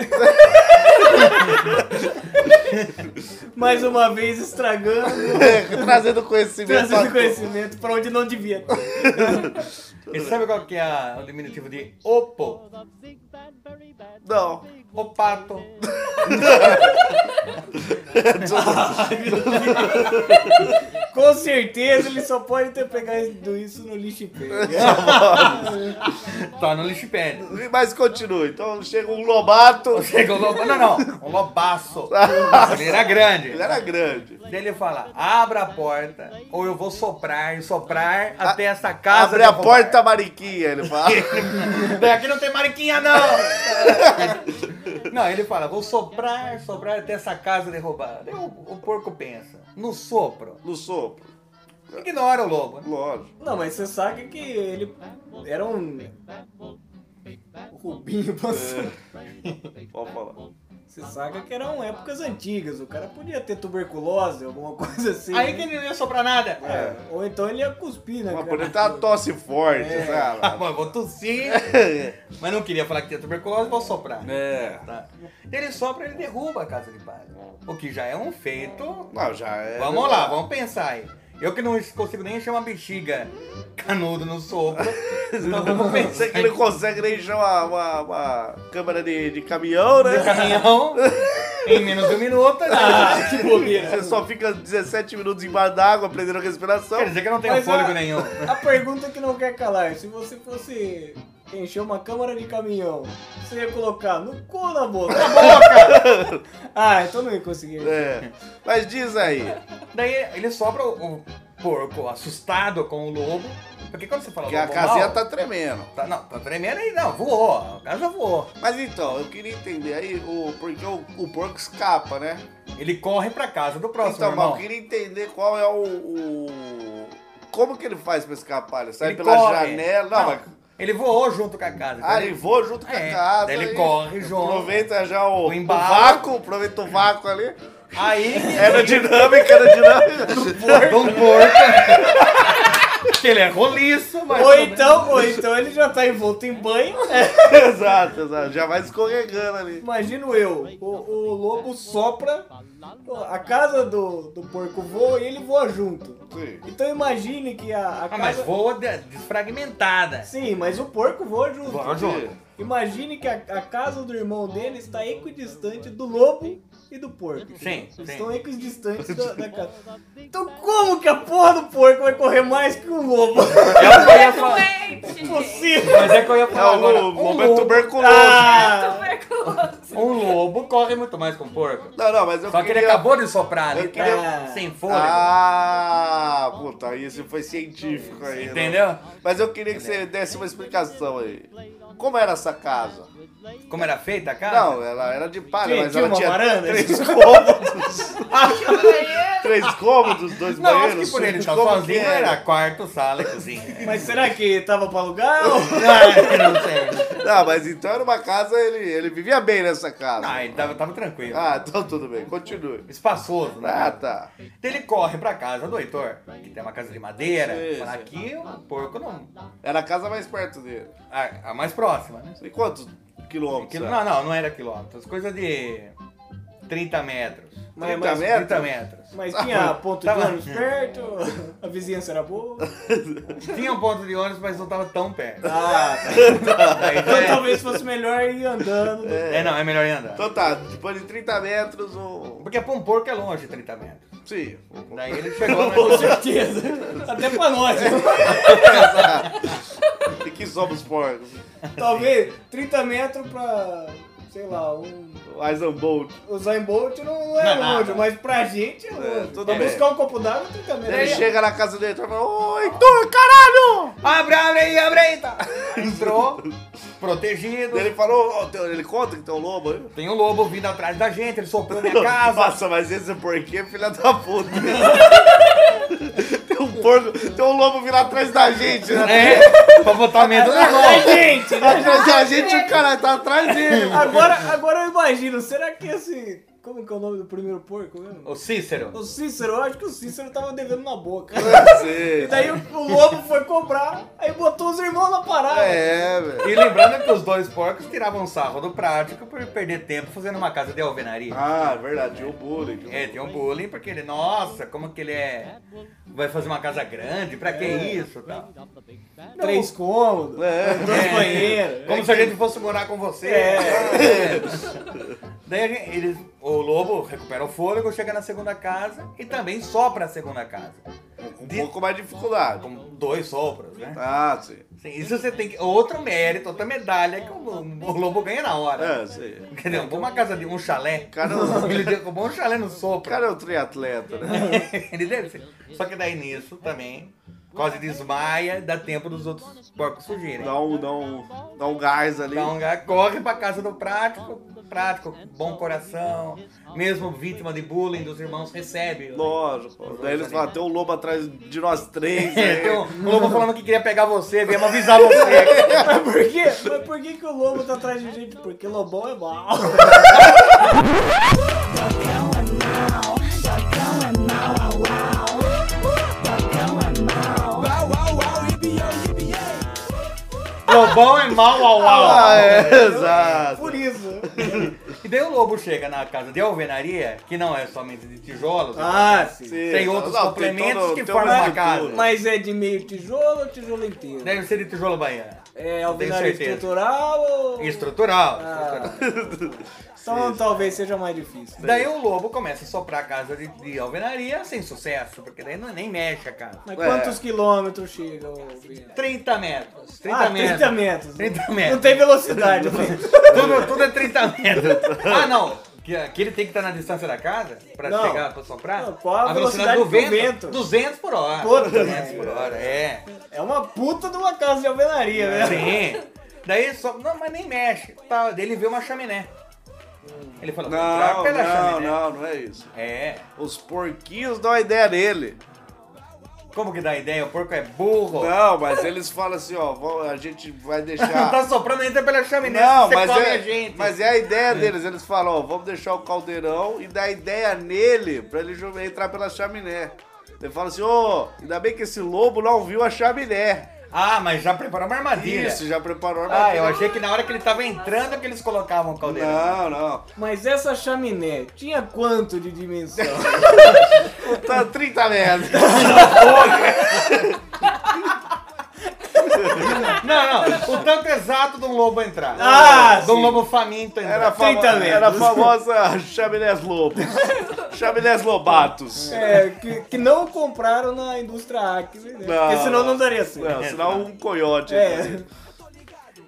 [SPEAKER 7] Mais uma vez estragando,
[SPEAKER 6] Trazendo conhecimento.
[SPEAKER 7] trazendo
[SPEAKER 6] pra-
[SPEAKER 7] é conhecimento pra onde não devia.
[SPEAKER 4] E sabe qual que é a- o diminutivo de opo?
[SPEAKER 6] Não.
[SPEAKER 4] Opato.
[SPEAKER 7] Com certeza ele só pode ter pegado isso no lixo e pega.
[SPEAKER 4] Tá no lixipédio.
[SPEAKER 6] Mas continua. Então chega um lobato.
[SPEAKER 4] Chega o lobo. Não, não. Um lobaço. Ele era grande.
[SPEAKER 6] Ele era grande.
[SPEAKER 4] Daí ele fala: abra a porta, ou eu vou soprar e soprar até essa casa.
[SPEAKER 6] Ah, Abre a
[SPEAKER 4] derrubar."
[SPEAKER 6] porta, mariquinha, ele fala.
[SPEAKER 4] Daí aqui não tem mariquinha, não! não, ele fala: vou soprar, soprar até essa casa derrubada. Daí o, o porco pensa: no sopro.
[SPEAKER 6] No sopro.
[SPEAKER 4] Ignora o lobo. né?
[SPEAKER 6] Lógico.
[SPEAKER 7] Não, mas você sabe que ele era um. Rubinho passou.
[SPEAKER 6] Pode falar.
[SPEAKER 7] Você saca que eram épocas antigas, o cara podia ter tuberculose, alguma coisa assim. né?
[SPEAKER 4] Aí que ele não ia soprar nada. <laughs>
[SPEAKER 7] É, Ou então ele ia cuspir, né?
[SPEAKER 6] Mas
[SPEAKER 7] cara?
[SPEAKER 6] por ele tá uma tosse forte,
[SPEAKER 4] Ah,
[SPEAKER 6] sabe?
[SPEAKER 4] bom, eu vou
[SPEAKER 6] <laughs>
[SPEAKER 4] tossir, mas não queria falar que tinha tuberculose, vou soprar.
[SPEAKER 6] É.
[SPEAKER 4] Tá. Ele sopra, ele derruba a casa de palha. O que já é um feito.
[SPEAKER 6] Não, já é.
[SPEAKER 4] Vamos lá, vamos pensar aí. Eu que não consigo nem encher uma bexiga canudo no
[SPEAKER 6] <laughs>
[SPEAKER 4] sopro. Então vamos pensar
[SPEAKER 6] Você que
[SPEAKER 4] aqui
[SPEAKER 6] não consegue nem encher uma, uma, uma câmera de, de caminhão, né?
[SPEAKER 4] no caminhão. Em menos de um minuto,
[SPEAKER 7] Ah, que bobeira.
[SPEAKER 6] Você só fica 17 minutos embaixo d'água, aprendendo a respiração.
[SPEAKER 4] quer dizer que eu não tenho
[SPEAKER 7] Mas
[SPEAKER 4] fôlego
[SPEAKER 6] ah.
[SPEAKER 7] a-
[SPEAKER 4] nenhum.
[SPEAKER 7] A pergunta que não quer calar, se você fosse encher uma câmara de caminhão, você ia colocar no cu ou na boca? Na boca! ah, então não ia conseguir.
[SPEAKER 6] É. Mas diz aí.
[SPEAKER 4] Daí ele sobra o, o porco assustado com o lobo. Porque quando você fala
[SPEAKER 6] Que
[SPEAKER 4] lobo
[SPEAKER 6] a casinha
[SPEAKER 4] mau,
[SPEAKER 6] tá tremendo.
[SPEAKER 4] tá- Não, tá tremendo e não, voou. A casa voou.
[SPEAKER 6] Mas então, eu queria entender aí o porque o, o porco escapa, né?
[SPEAKER 4] Ele corre pra casa do próximo,
[SPEAKER 6] então, mas
[SPEAKER 4] irmão.
[SPEAKER 6] eu queria entender qual é o, o- Como que ele faz pra escapar? Ele sai
[SPEAKER 4] Ele
[SPEAKER 6] Tá pela
[SPEAKER 4] corre.
[SPEAKER 6] janela. Não,
[SPEAKER 4] Não.
[SPEAKER 6] mas.
[SPEAKER 4] Ele voou junto com a casa.
[SPEAKER 6] Ah,
[SPEAKER 4] entendeu?
[SPEAKER 6] ele voa junto com
[SPEAKER 4] É,
[SPEAKER 6] a casa.
[SPEAKER 4] daí ele
[SPEAKER 6] e
[SPEAKER 4] corre junto.
[SPEAKER 6] Aproveita já o,
[SPEAKER 4] O
[SPEAKER 6] o
[SPEAKER 4] embalo.
[SPEAKER 6] vácuo, aproveita o vácuo
[SPEAKER 4] <laughs>
[SPEAKER 6] ali. <laughs>
[SPEAKER 4] Aí é um
[SPEAKER 6] Era dinâmica, era <laughs> dinâmica.
[SPEAKER 4] porco. um porco. <laughs> que ele é roliço, mas...
[SPEAKER 7] Ou então, ou então ele já tá envolto em banho. É.
[SPEAKER 6] exato, exato. Já vai escorregando ali.
[SPEAKER 7] Imagino eu, o, o lobo sopra, a casa do, do porco voa e ele voa junto.
[SPEAKER 6] Sim.
[SPEAKER 7] Então imagine que a, a
[SPEAKER 4] Ah,
[SPEAKER 7] casa...
[SPEAKER 4] mas voa de- desfragmentada.
[SPEAKER 7] Sim, mas o porco voa junto.
[SPEAKER 4] Voa junto.
[SPEAKER 7] Imagine que a, a casa do irmão dele está equidistante do lobo e do porco.
[SPEAKER 4] Sim, sim.
[SPEAKER 7] Estão equidistantes da, da casa. Então como que a porra do porco vai correr mais que o lobo?
[SPEAKER 4] É o que eu ia falar.
[SPEAKER 7] <laughs> Impossível!
[SPEAKER 4] Mas é que eu ia
[SPEAKER 6] É
[SPEAKER 4] falar agora.
[SPEAKER 6] o momento tuberculoso.
[SPEAKER 7] Ah,
[SPEAKER 4] Um lobo corre muito mais com um porco.
[SPEAKER 6] Não, não, mas eu
[SPEAKER 4] Só que
[SPEAKER 6] queria...
[SPEAKER 4] ele acabou de soprar
[SPEAKER 6] Eu
[SPEAKER 4] ali, tá
[SPEAKER 7] queria-
[SPEAKER 4] sem fôlego.
[SPEAKER 6] Ah, puta, isso foi científico aí. né?
[SPEAKER 4] Entendeu?
[SPEAKER 6] Mas eu queria que você desse uma explicação aí. Como era essa casa?
[SPEAKER 4] Como era feita a casa?
[SPEAKER 6] Não, ela era de palha,
[SPEAKER 7] Tinha-
[SPEAKER 6] mas
[SPEAKER 7] tinha
[SPEAKER 6] ela
[SPEAKER 7] uma
[SPEAKER 6] tinha
[SPEAKER 7] varanda?
[SPEAKER 6] três
[SPEAKER 4] um
[SPEAKER 6] cômodos. três cômodos, dois
[SPEAKER 4] Não, acho
[SPEAKER 6] banheiros.
[SPEAKER 4] que
[SPEAKER 6] <laughs>
[SPEAKER 4] por ele estar
[SPEAKER 6] como que é.
[SPEAKER 4] sozinho era quarto, sala e
[SPEAKER 6] <laughs>
[SPEAKER 4] cozinha.
[SPEAKER 7] mas será que tava pra alugar? ou-
[SPEAKER 4] não, não sei.
[SPEAKER 6] Não, mas então era uma casa, ele, ele vivia bem nessa casa.
[SPEAKER 4] Não, ele tava, tava tranquilo.
[SPEAKER 6] Tá Ah, então tudo bem, continue.
[SPEAKER 4] Espaçoso, né?
[SPEAKER 6] Ah, tá.
[SPEAKER 4] Então ele corre pra casa do Heitor, que tem uma casa de madeira.
[SPEAKER 6] Sim,
[SPEAKER 4] Fala,
[SPEAKER 6] sim.
[SPEAKER 4] aqui o porco não.
[SPEAKER 6] Era a casa mais perto dele.
[SPEAKER 4] A, a mais próxima, né?
[SPEAKER 6] E quantos quilômetros?
[SPEAKER 4] Quilo-
[SPEAKER 6] era?
[SPEAKER 4] Não, não, não era quilômetros. Coisa de 30 metros.
[SPEAKER 7] Mas,
[SPEAKER 6] 30
[SPEAKER 7] mas,
[SPEAKER 6] metros?
[SPEAKER 4] 30 metros.
[SPEAKER 7] mas tinha ponto de
[SPEAKER 4] Tava-
[SPEAKER 7] ônibus perto, a vizinhança era boa.
[SPEAKER 4] Tinha um ponto de ônibus, mas não tava tão
[SPEAKER 6] <laughs>
[SPEAKER 4] perto.
[SPEAKER 7] Ah, tá.
[SPEAKER 4] Daí já
[SPEAKER 7] então
[SPEAKER 4] é.
[SPEAKER 7] talvez fosse melhor ir andando.
[SPEAKER 4] É, não, é melhor ir andando.
[SPEAKER 6] Então tá, depois de 30 metros, o.
[SPEAKER 4] Porque pra um porco é longe 30 metros.
[SPEAKER 6] Sim. um,
[SPEAKER 4] <laughs> Daí ele chegou né? na
[SPEAKER 7] Com certeza. <laughs> Até pra nós.
[SPEAKER 6] E que somos porcos.
[SPEAKER 7] Talvez 30 metros pra, sei lá, um.
[SPEAKER 6] Aizen Bolt.
[SPEAKER 7] O Zayn Bolt não é
[SPEAKER 4] Não é
[SPEAKER 7] longe,
[SPEAKER 4] nada.
[SPEAKER 7] mas pra gente é longe.
[SPEAKER 6] tudo
[SPEAKER 7] pra
[SPEAKER 6] bem.
[SPEAKER 7] buscar um copo d'água, 30 metros.
[SPEAKER 6] Ele chega na casa do Heitor e fala: Ô, Heitor, caralho!
[SPEAKER 4] Abre, abre aí, abre
[SPEAKER 6] <laughs>
[SPEAKER 4] aí! Tá. Entrou, protegido.
[SPEAKER 6] Ele falou: "Ó, tem- Ele conta que tem um lobo aí.
[SPEAKER 4] Tem um lobo vindo atrás da gente, ele
[SPEAKER 6] <laughs>
[SPEAKER 4] soprou minha casa.
[SPEAKER 6] Nossa, mas esse porquê, é filha da puta. tem um porco, tem um lobo vindo atrás da gente, né?
[SPEAKER 4] É, pra botar medo na
[SPEAKER 7] Ai,
[SPEAKER 4] nós.
[SPEAKER 7] gente, né?
[SPEAKER 6] Atrás da gente, o cara tá
[SPEAKER 7] <laughs>
[SPEAKER 6] atrás dele.
[SPEAKER 7] agora, agora eu imagino, será que esse. Como que é o nome do primeiro porco mesmo?
[SPEAKER 4] O Cícero.
[SPEAKER 7] O Cícero, eu acho que o Cícero tava devendo na boca.
[SPEAKER 6] Sim.
[SPEAKER 7] E daí o, o lobo foi cobrar, aí botou os irmãos na parada.
[SPEAKER 6] É, velho.
[SPEAKER 4] E lembrando que os dois porcos tiravam sarro do prático por perder tempo fazendo uma casa de alvenaria.
[SPEAKER 6] Ah, é verdade, tinha o bullying. tinha o
[SPEAKER 4] É, tem um bullying porque ele, nossa, como que ele é. Vai fazer uma casa grande, pra que isso? Tal.
[SPEAKER 7] Três cômodos, dois
[SPEAKER 4] É.
[SPEAKER 7] banheiros.
[SPEAKER 4] Como se a gente fosse morar com você.
[SPEAKER 7] É.
[SPEAKER 4] Daí a gente- eles, o lobo recupera o fôlego, chega na segunda casa e também sopra a segunda casa.
[SPEAKER 6] Um pouco mais de dificuldade.
[SPEAKER 4] Com dois sopros, né?
[SPEAKER 6] Ah, sim.
[SPEAKER 4] Sim, isso você tem que. Outro mérito, outra medalha que o, o lobo ganha na hora.
[SPEAKER 6] É, sim.
[SPEAKER 4] Entendeu? Como uma casa de um chalé. <laughs>
[SPEAKER 6] Cara,
[SPEAKER 4] Ele derrubou um chalé no
[SPEAKER 6] O
[SPEAKER 4] sopro.
[SPEAKER 6] cara é um triatleta, né?
[SPEAKER 4] <laughs> Ele deve ser. Só que daí nisso também. Quase desmaia, dá tempo dos outros porcos fugirem.
[SPEAKER 6] Dá um, dá um, dá um gás ali.
[SPEAKER 4] Então, já corre pra casa do prático, prático, bom coração, mesmo vítima de bullying dos irmãos, recebe.
[SPEAKER 6] Lógico. Daí eles falam, tem um lobo atrás de nós três.
[SPEAKER 4] <laughs> É,
[SPEAKER 6] né?
[SPEAKER 4] tem um lobo falando que queria pegar você, viemos avisar você.
[SPEAKER 6] <laughs>
[SPEAKER 7] Mas por, quê? Mas por que, que o lobo tá atrás de gente? Porque lobão é mal.
[SPEAKER 4] Lobão é mau, au, au.
[SPEAKER 6] Ah, é, exato. Ah, é.
[SPEAKER 7] Por isso.
[SPEAKER 4] E daí o lobo chega na casa de alvenaria, que não é somente de tijolos,
[SPEAKER 7] Ah, sim.
[SPEAKER 4] tem outros
[SPEAKER 6] Não, tem
[SPEAKER 4] complementos
[SPEAKER 6] todo-
[SPEAKER 4] que
[SPEAKER 6] tem
[SPEAKER 4] formam
[SPEAKER 6] uma
[SPEAKER 4] uma casa.
[SPEAKER 6] estrutura.
[SPEAKER 7] Mas é de meio tijolo ou tijolo inteiro?
[SPEAKER 4] Deve ser de tijolo baiano.
[SPEAKER 7] É
[SPEAKER 4] Né? Tenho
[SPEAKER 7] alvenaria
[SPEAKER 4] certeza.
[SPEAKER 7] estrutural ou...
[SPEAKER 4] Estrutural.
[SPEAKER 7] Ah.
[SPEAKER 4] estrutural.
[SPEAKER 7] Então talvez seja mais difícil.
[SPEAKER 4] Daí o lobo começa a soprar a casa de, de alvenaria sem sucesso, porque daí não, nem mexe a casa.
[SPEAKER 7] Mas quantos quilômetros chega o Vina?
[SPEAKER 4] 30 metros. 30
[SPEAKER 7] ah,
[SPEAKER 4] metros.
[SPEAKER 7] 30 metros.
[SPEAKER 4] 30
[SPEAKER 7] Não
[SPEAKER 4] metros.
[SPEAKER 7] tem velocidade. né?
[SPEAKER 4] Tudo, tudo é 30 metros. Ah, não. Que, que ele tem que estar na distância da casa pra
[SPEAKER 7] Não.
[SPEAKER 4] chegar pra soprar?
[SPEAKER 7] Não, qual a velocidade do vento?
[SPEAKER 4] 200 por hora.
[SPEAKER 7] Por hora.
[SPEAKER 4] 200 por hora, é.
[SPEAKER 7] É uma puta de uma casa de alvenaria, né?
[SPEAKER 4] Sim. É. Daí só. Não, mas nem mexe. Tá, daí ele vê uma chaminé. Ele fala, vou entrar
[SPEAKER 6] Não,
[SPEAKER 4] pela
[SPEAKER 6] não,
[SPEAKER 4] chaminé.
[SPEAKER 6] não, não é isso.
[SPEAKER 4] É.
[SPEAKER 6] Os porquinhos dão a ideia nele.
[SPEAKER 4] Como que dá a ideia? O porco é burro.
[SPEAKER 6] Não, mas eles falam assim, ó, vão- a gente
[SPEAKER 4] <laughs>
[SPEAKER 6] vai
[SPEAKER 4] Não tá
[SPEAKER 6] deixar...
[SPEAKER 4] soprando, entra pela chaminé.
[SPEAKER 6] Não,
[SPEAKER 4] você
[SPEAKER 6] mas
[SPEAKER 4] come
[SPEAKER 6] é,
[SPEAKER 4] a gente.
[SPEAKER 6] mas é a ideia deles. Eles falam, ó, vamos deixar o caldeirão e dar ideia nele pra ele jo- entrar pela chaminé. Ele fala assim, ô, ainda bem que esse lobo não viu a chaminé.
[SPEAKER 4] Ah, mas já preparou uma armadilha.
[SPEAKER 6] Isso, já preparou a
[SPEAKER 4] Ah, eu
[SPEAKER 6] armadilha.
[SPEAKER 4] achei que na hora que ele tava entrando que eles colocavam o caldeirão.
[SPEAKER 6] Não, não.
[SPEAKER 7] Mas essa chaminé tinha quanto de dimensão?
[SPEAKER 6] Tá 30 metros.
[SPEAKER 4] Não, não. O tanto exato de um lobo entrar.
[SPEAKER 7] Ah,
[SPEAKER 4] De um
[SPEAKER 7] sim.
[SPEAKER 4] lobo faminto entrar.
[SPEAKER 6] Era a, famo...
[SPEAKER 7] 30 metros.
[SPEAKER 6] Era a famosa Chaminés Lobos. Chaminés Lobatos.
[SPEAKER 7] <laughs> É, que, que não compraram na indústria Acme, né? Porque senão não daria certo.
[SPEAKER 6] Não, senão um coiote.
[SPEAKER 7] É.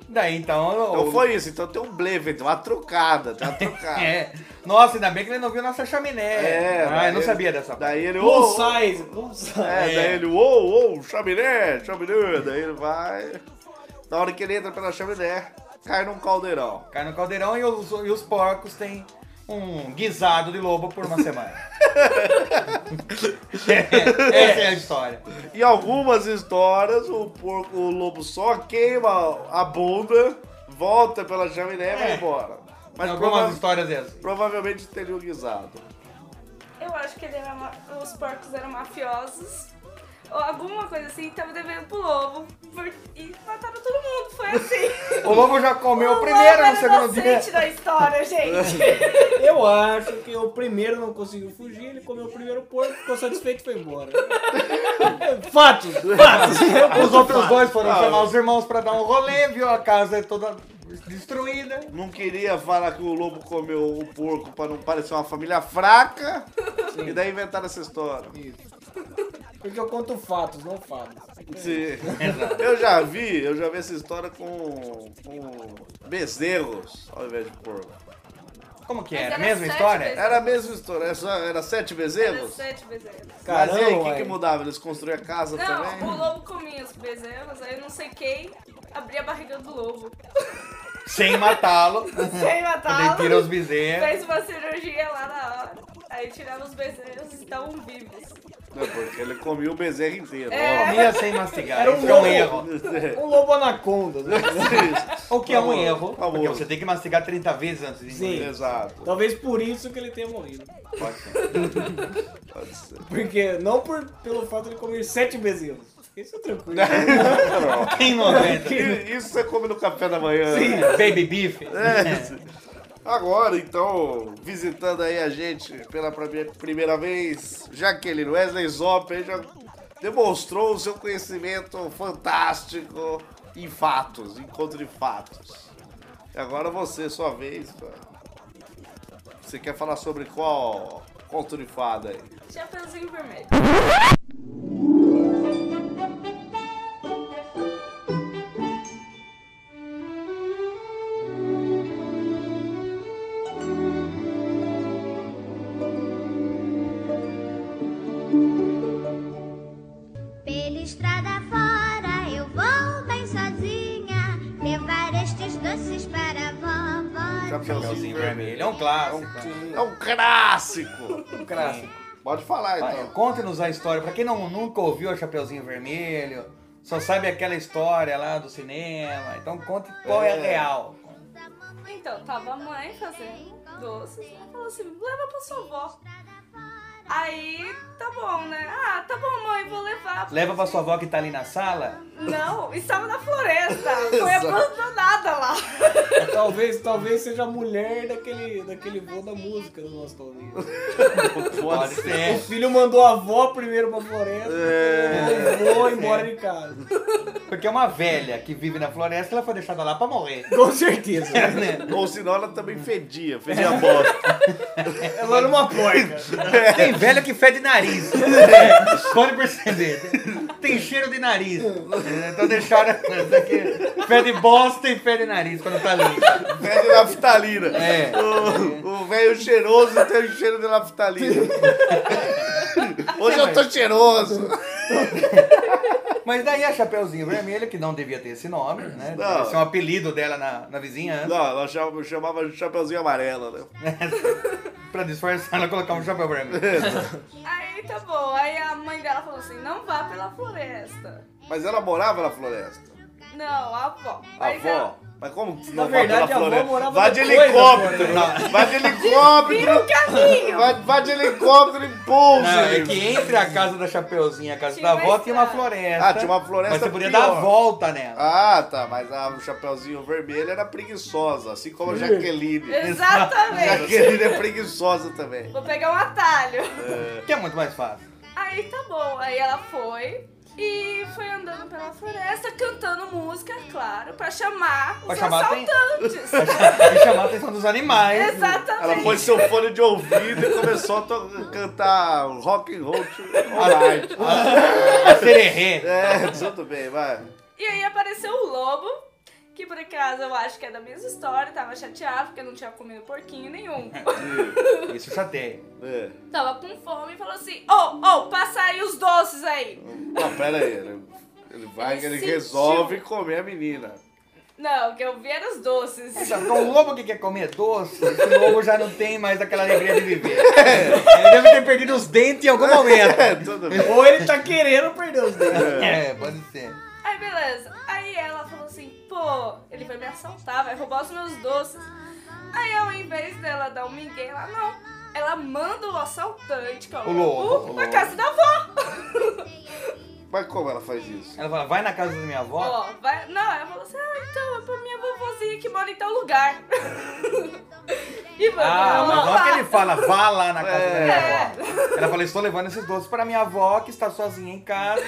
[SPEAKER 4] Daí então. o-
[SPEAKER 6] Então foi isso. Então tem um blevet, uma trocada. Tem uma trocada.
[SPEAKER 4] É. Nossa, ainda bem que ele não viu nossa chaminé.
[SPEAKER 6] É,
[SPEAKER 4] ah, eu não
[SPEAKER 6] daí-
[SPEAKER 4] sabia dessa parte.
[SPEAKER 6] Daí ele, ô,
[SPEAKER 7] Plus
[SPEAKER 6] ô,
[SPEAKER 7] size, plus size.
[SPEAKER 6] é,
[SPEAKER 4] É.
[SPEAKER 6] daí ele, ô, ô, chaminé, chaminé. Daí ele vai. Na hora que ele entra pela chaminé, cai num caldeirão.
[SPEAKER 4] Cai no caldeirão e os, e os porcos têm um guisado de lobo por <laughs> uma semana. É, essa é a história.
[SPEAKER 6] Em algumas histórias, o, porco, o lobo só queima a bunda, volta pela chaminé e vai embora. Mas
[SPEAKER 4] Algumas
[SPEAKER 6] prova-
[SPEAKER 4] histórias dessas.
[SPEAKER 6] provavelmente teria um guisado.
[SPEAKER 8] Eu acho que ele era ma- os porcos eram mafiosos. Ou alguma coisa assim, tava devendo pro lobo. por- E mataram todo mundo, foi assim.
[SPEAKER 4] O lobo já <laughs> comeu o
[SPEAKER 8] lobo
[SPEAKER 4] primeiro
[SPEAKER 8] era
[SPEAKER 4] no segundo dia.
[SPEAKER 8] inocente da
[SPEAKER 4] <laughs>
[SPEAKER 8] história, gente.
[SPEAKER 7] Eu acho que o primeiro não conseguiu fugir, ele comeu o primeiro porco, ficou satisfeito e foi embora.
[SPEAKER 4] <laughs>
[SPEAKER 7] Fatos, fatos.
[SPEAKER 4] Os outros dois foram
[SPEAKER 6] Ah,
[SPEAKER 4] chamar os irmãos pra dar um rolê, viu a casa é toda destruída.
[SPEAKER 6] Não queria falar que o lobo comeu o porco pra não parecer uma família fraca. E daí inventaram essa história.
[SPEAKER 7] Porque eu conto fatos, não fatos.
[SPEAKER 6] Sim. Eu já vi, eu já vi essa história com, com bezerros ao invés de porco.
[SPEAKER 4] Como que
[SPEAKER 8] Mas
[SPEAKER 4] era?
[SPEAKER 8] era
[SPEAKER 4] Mesma
[SPEAKER 8] sete
[SPEAKER 4] história?
[SPEAKER 8] vezes.
[SPEAKER 6] Era a mesma história, era, só- era sete bezerros?
[SPEAKER 8] Interessante, bezerros.
[SPEAKER 6] Mas e aí, o que,
[SPEAKER 7] Caramba,
[SPEAKER 6] que
[SPEAKER 7] ué.
[SPEAKER 6] mudava? Eles construíam a casa
[SPEAKER 8] Não, o
[SPEAKER 6] também?
[SPEAKER 8] lobo comia os bezerros, aí não sei quem abria a barriga do lobo.
[SPEAKER 4] Sem matá-lo.
[SPEAKER 8] Sem
[SPEAKER 4] Daí tira os
[SPEAKER 8] <laughs> matá-lo.
[SPEAKER 4] bezerros.
[SPEAKER 8] Fez uma cirurgia lá na hora. Aí tirava os bezerros e estavam vivos.
[SPEAKER 6] Não, porque ele comia o bezerro inteiro.
[SPEAKER 8] É.
[SPEAKER 4] Comia sem mastigar.
[SPEAKER 7] Era um
[SPEAKER 4] Isso é um
[SPEAKER 7] lobo.
[SPEAKER 4] erro.
[SPEAKER 7] Um lobo anaconda. né?
[SPEAKER 4] O que é um
[SPEAKER 6] Famoso,
[SPEAKER 4] erro. Porque
[SPEAKER 6] famoso.
[SPEAKER 4] você Então, tem que mastigar 30 vezes antes de
[SPEAKER 7] Sim.
[SPEAKER 4] engolir.
[SPEAKER 6] Exato.
[SPEAKER 7] Talvez por isso que ele tenha morrido.
[SPEAKER 6] Pode ser. Pode ser.
[SPEAKER 7] Porque, não por, pelo fato de comer sete bezerros. Isso é tranquilo.
[SPEAKER 4] Quem <laughs> não <laughs> aguenta?
[SPEAKER 6] E- Isso você come no café da manhã. né?
[SPEAKER 4] Baby beef.
[SPEAKER 6] Agora, então, visitando aí a gente pela prime- primeira vez, Jaqueline Wesley Zop aí já demonstrou o seu conhecimento fantástico em fatos, encontro de fatos. E agora você, sua vez. cara. Você quer falar sobre qual conto de fada aí?
[SPEAKER 8] Chapeuzinho vermelho.
[SPEAKER 9] Pela estrada fora eu vou bem sozinha levar estes doces para a vovó.
[SPEAKER 4] Chapeuzinho vermelho. É um clássico.
[SPEAKER 6] É um clássico!
[SPEAKER 4] É um clássico.
[SPEAKER 6] Pode falar então.
[SPEAKER 4] Conte-nos a história. Pra quem não, nunca ouviu a Chapeuzinho Vermelho, só sabe aquela história lá do cinema. Então conte qual é, a
[SPEAKER 6] É.
[SPEAKER 4] real.
[SPEAKER 8] né? Então, tava a mãe fazendo doces. Ela falou assim: leva pra sua avó. Aí, tá bom, né? Ah, tá bom, mãe, vou levar.
[SPEAKER 4] Leva pra sua avó que tá ali na sala.
[SPEAKER 8] Não, estava
[SPEAKER 6] <laughs>
[SPEAKER 8] na floresta. Foi abandonada lá.
[SPEAKER 7] Talvez, talvez seja a mulher daquele, daquele vô da música do nosso Toninho.
[SPEAKER 4] Pode
[SPEAKER 7] O
[SPEAKER 4] ser.
[SPEAKER 7] filho mandou a avó primeiro pra floresta, é. o vô embora de casa.
[SPEAKER 4] Porque é uma velha que vive na floresta, ela foi deixada lá pra <laughs> morrer.
[SPEAKER 7] Com certeza.
[SPEAKER 6] Ou senão ela também fedia, fedia bosta.
[SPEAKER 4] É
[SPEAKER 7] Ela era uma
[SPEAKER 6] <laughs>
[SPEAKER 7] porca.
[SPEAKER 4] Tem velha que fede nariz. É, Pode perceber. Tem cheiro de nariz. Então deixaram essa aqui. Fede bosta e fede nariz quando tá limpo.
[SPEAKER 6] Fede naftalina.
[SPEAKER 4] É.
[SPEAKER 6] O o velho cheiroso tem o cheiro de
[SPEAKER 4] <laughs>
[SPEAKER 6] naftalina. Hoje eu tô cheiroso.
[SPEAKER 4] Mas daí a Chapeuzinho Vermelho, que não devia ter esse nome, né?
[SPEAKER 6] Não.
[SPEAKER 4] Esse é um apelido dela na, né? na vizinhança.
[SPEAKER 6] Não, ela chama- chamava de Chapeuzinho Amarelo, né?
[SPEAKER 4] Pra disfarçar, ela colocar um chapéu vermelho.
[SPEAKER 6] É.
[SPEAKER 8] Aí, tá bom. Aí a mãe dela falou assim, não vá pela floresta.
[SPEAKER 6] Mas ela morava na floresta.
[SPEAKER 8] Não, a avó.
[SPEAKER 6] A
[SPEAKER 8] Mas
[SPEAKER 6] avó. Mas como que
[SPEAKER 7] Na
[SPEAKER 6] não vai pela
[SPEAKER 7] verdade, a avó
[SPEAKER 6] floresta?
[SPEAKER 7] morava né?
[SPEAKER 6] Vai de
[SPEAKER 7] depois da
[SPEAKER 6] helicóptero!
[SPEAKER 4] floresta.
[SPEAKER 6] Vai de
[SPEAKER 8] Vira o
[SPEAKER 6] helicóptero!
[SPEAKER 8] caminho.
[SPEAKER 6] Vai, vai de helicóptero em pouso!
[SPEAKER 4] Não, é
[SPEAKER 6] amigo.
[SPEAKER 4] que entre a casa da Chapeuzinha e a casa
[SPEAKER 8] Tinha
[SPEAKER 4] da
[SPEAKER 8] uma
[SPEAKER 4] avó tinha uma
[SPEAKER 8] estrada.
[SPEAKER 4] floresta.
[SPEAKER 6] Ah, tinha uma floresta
[SPEAKER 4] Mas você podia
[SPEAKER 6] pior.
[SPEAKER 4] dar a volta nela.
[SPEAKER 6] Ah, tá, mas a, o Chapeuzinho Vermelho era preguiçosa, assim como a Jaqueline.
[SPEAKER 8] Exatamente.
[SPEAKER 6] Jaqueline é preguiçosa também.
[SPEAKER 8] Vou pegar um atalho.
[SPEAKER 4] Que é muito mais fácil. <laughs>
[SPEAKER 8] Aí tá bom, aí ela foi e foi andando pela floresta cantando música, claro, pra chamar
[SPEAKER 4] Pra
[SPEAKER 8] os
[SPEAKER 4] chamar a aten- <laughs>
[SPEAKER 8] assaltantes.
[SPEAKER 4] E chamar a atenção dos animais.
[SPEAKER 8] Exatamente.
[SPEAKER 6] Ela pôs seu fone de ouvido e começou a to- cantar rock and roll. to- Alright.
[SPEAKER 4] <laughs> A sererê.
[SPEAKER 6] É, tudo bem, vai.
[SPEAKER 8] E aí apareceu o lobo, que por acaso eu acho que é da mesma história, tava chateado porque não tinha comido porquinho
[SPEAKER 4] <laughs>
[SPEAKER 8] nenhum.
[SPEAKER 4] Isso chateia.
[SPEAKER 6] É.
[SPEAKER 8] tava com fome e falou assim: Ô, ô, passa aí os doces aí.
[SPEAKER 6] Não, pera aí. Ele, ele vai,
[SPEAKER 8] Ele
[SPEAKER 6] ele,
[SPEAKER 8] sentiu.
[SPEAKER 6] resolve comer a menina.
[SPEAKER 8] Não, que eu vi era os doces.
[SPEAKER 4] Então, o lobo que quer comer doce, esse lobo já não tem mais aquela alegria de viver. Ele deve ter perdido os dentes em algum momento.
[SPEAKER 6] É, tudo bem.
[SPEAKER 7] Ou ele tá querendo perder os dedos.
[SPEAKER 4] É, pode ser.
[SPEAKER 8] Aí beleza. Aí ela falou assim, pô, ele vai me assaltar, vai roubar os meus doces. Aí ao invés dela dar um migué, ela não. Ela manda o assaltante, que é o
[SPEAKER 4] O lobo,
[SPEAKER 8] lobo,
[SPEAKER 4] o
[SPEAKER 8] na
[SPEAKER 4] lobo.
[SPEAKER 8] casa da avó.
[SPEAKER 6] Mas como ela faz isso?
[SPEAKER 4] Ela fala, vai na casa da minha avó.
[SPEAKER 8] Ó, vai. Não, ela falou assim, ah, então é pra minha vovozinha que mora em tal lugar. <laughs> e mandou
[SPEAKER 4] Ah,
[SPEAKER 8] ela
[SPEAKER 4] mas não
[SPEAKER 8] lá.
[SPEAKER 4] que ele fala, vá lá na casa da minha
[SPEAKER 8] É.
[SPEAKER 4] avó. Ela fala, estou levando esses doces para minha avó, que está sozinha em casa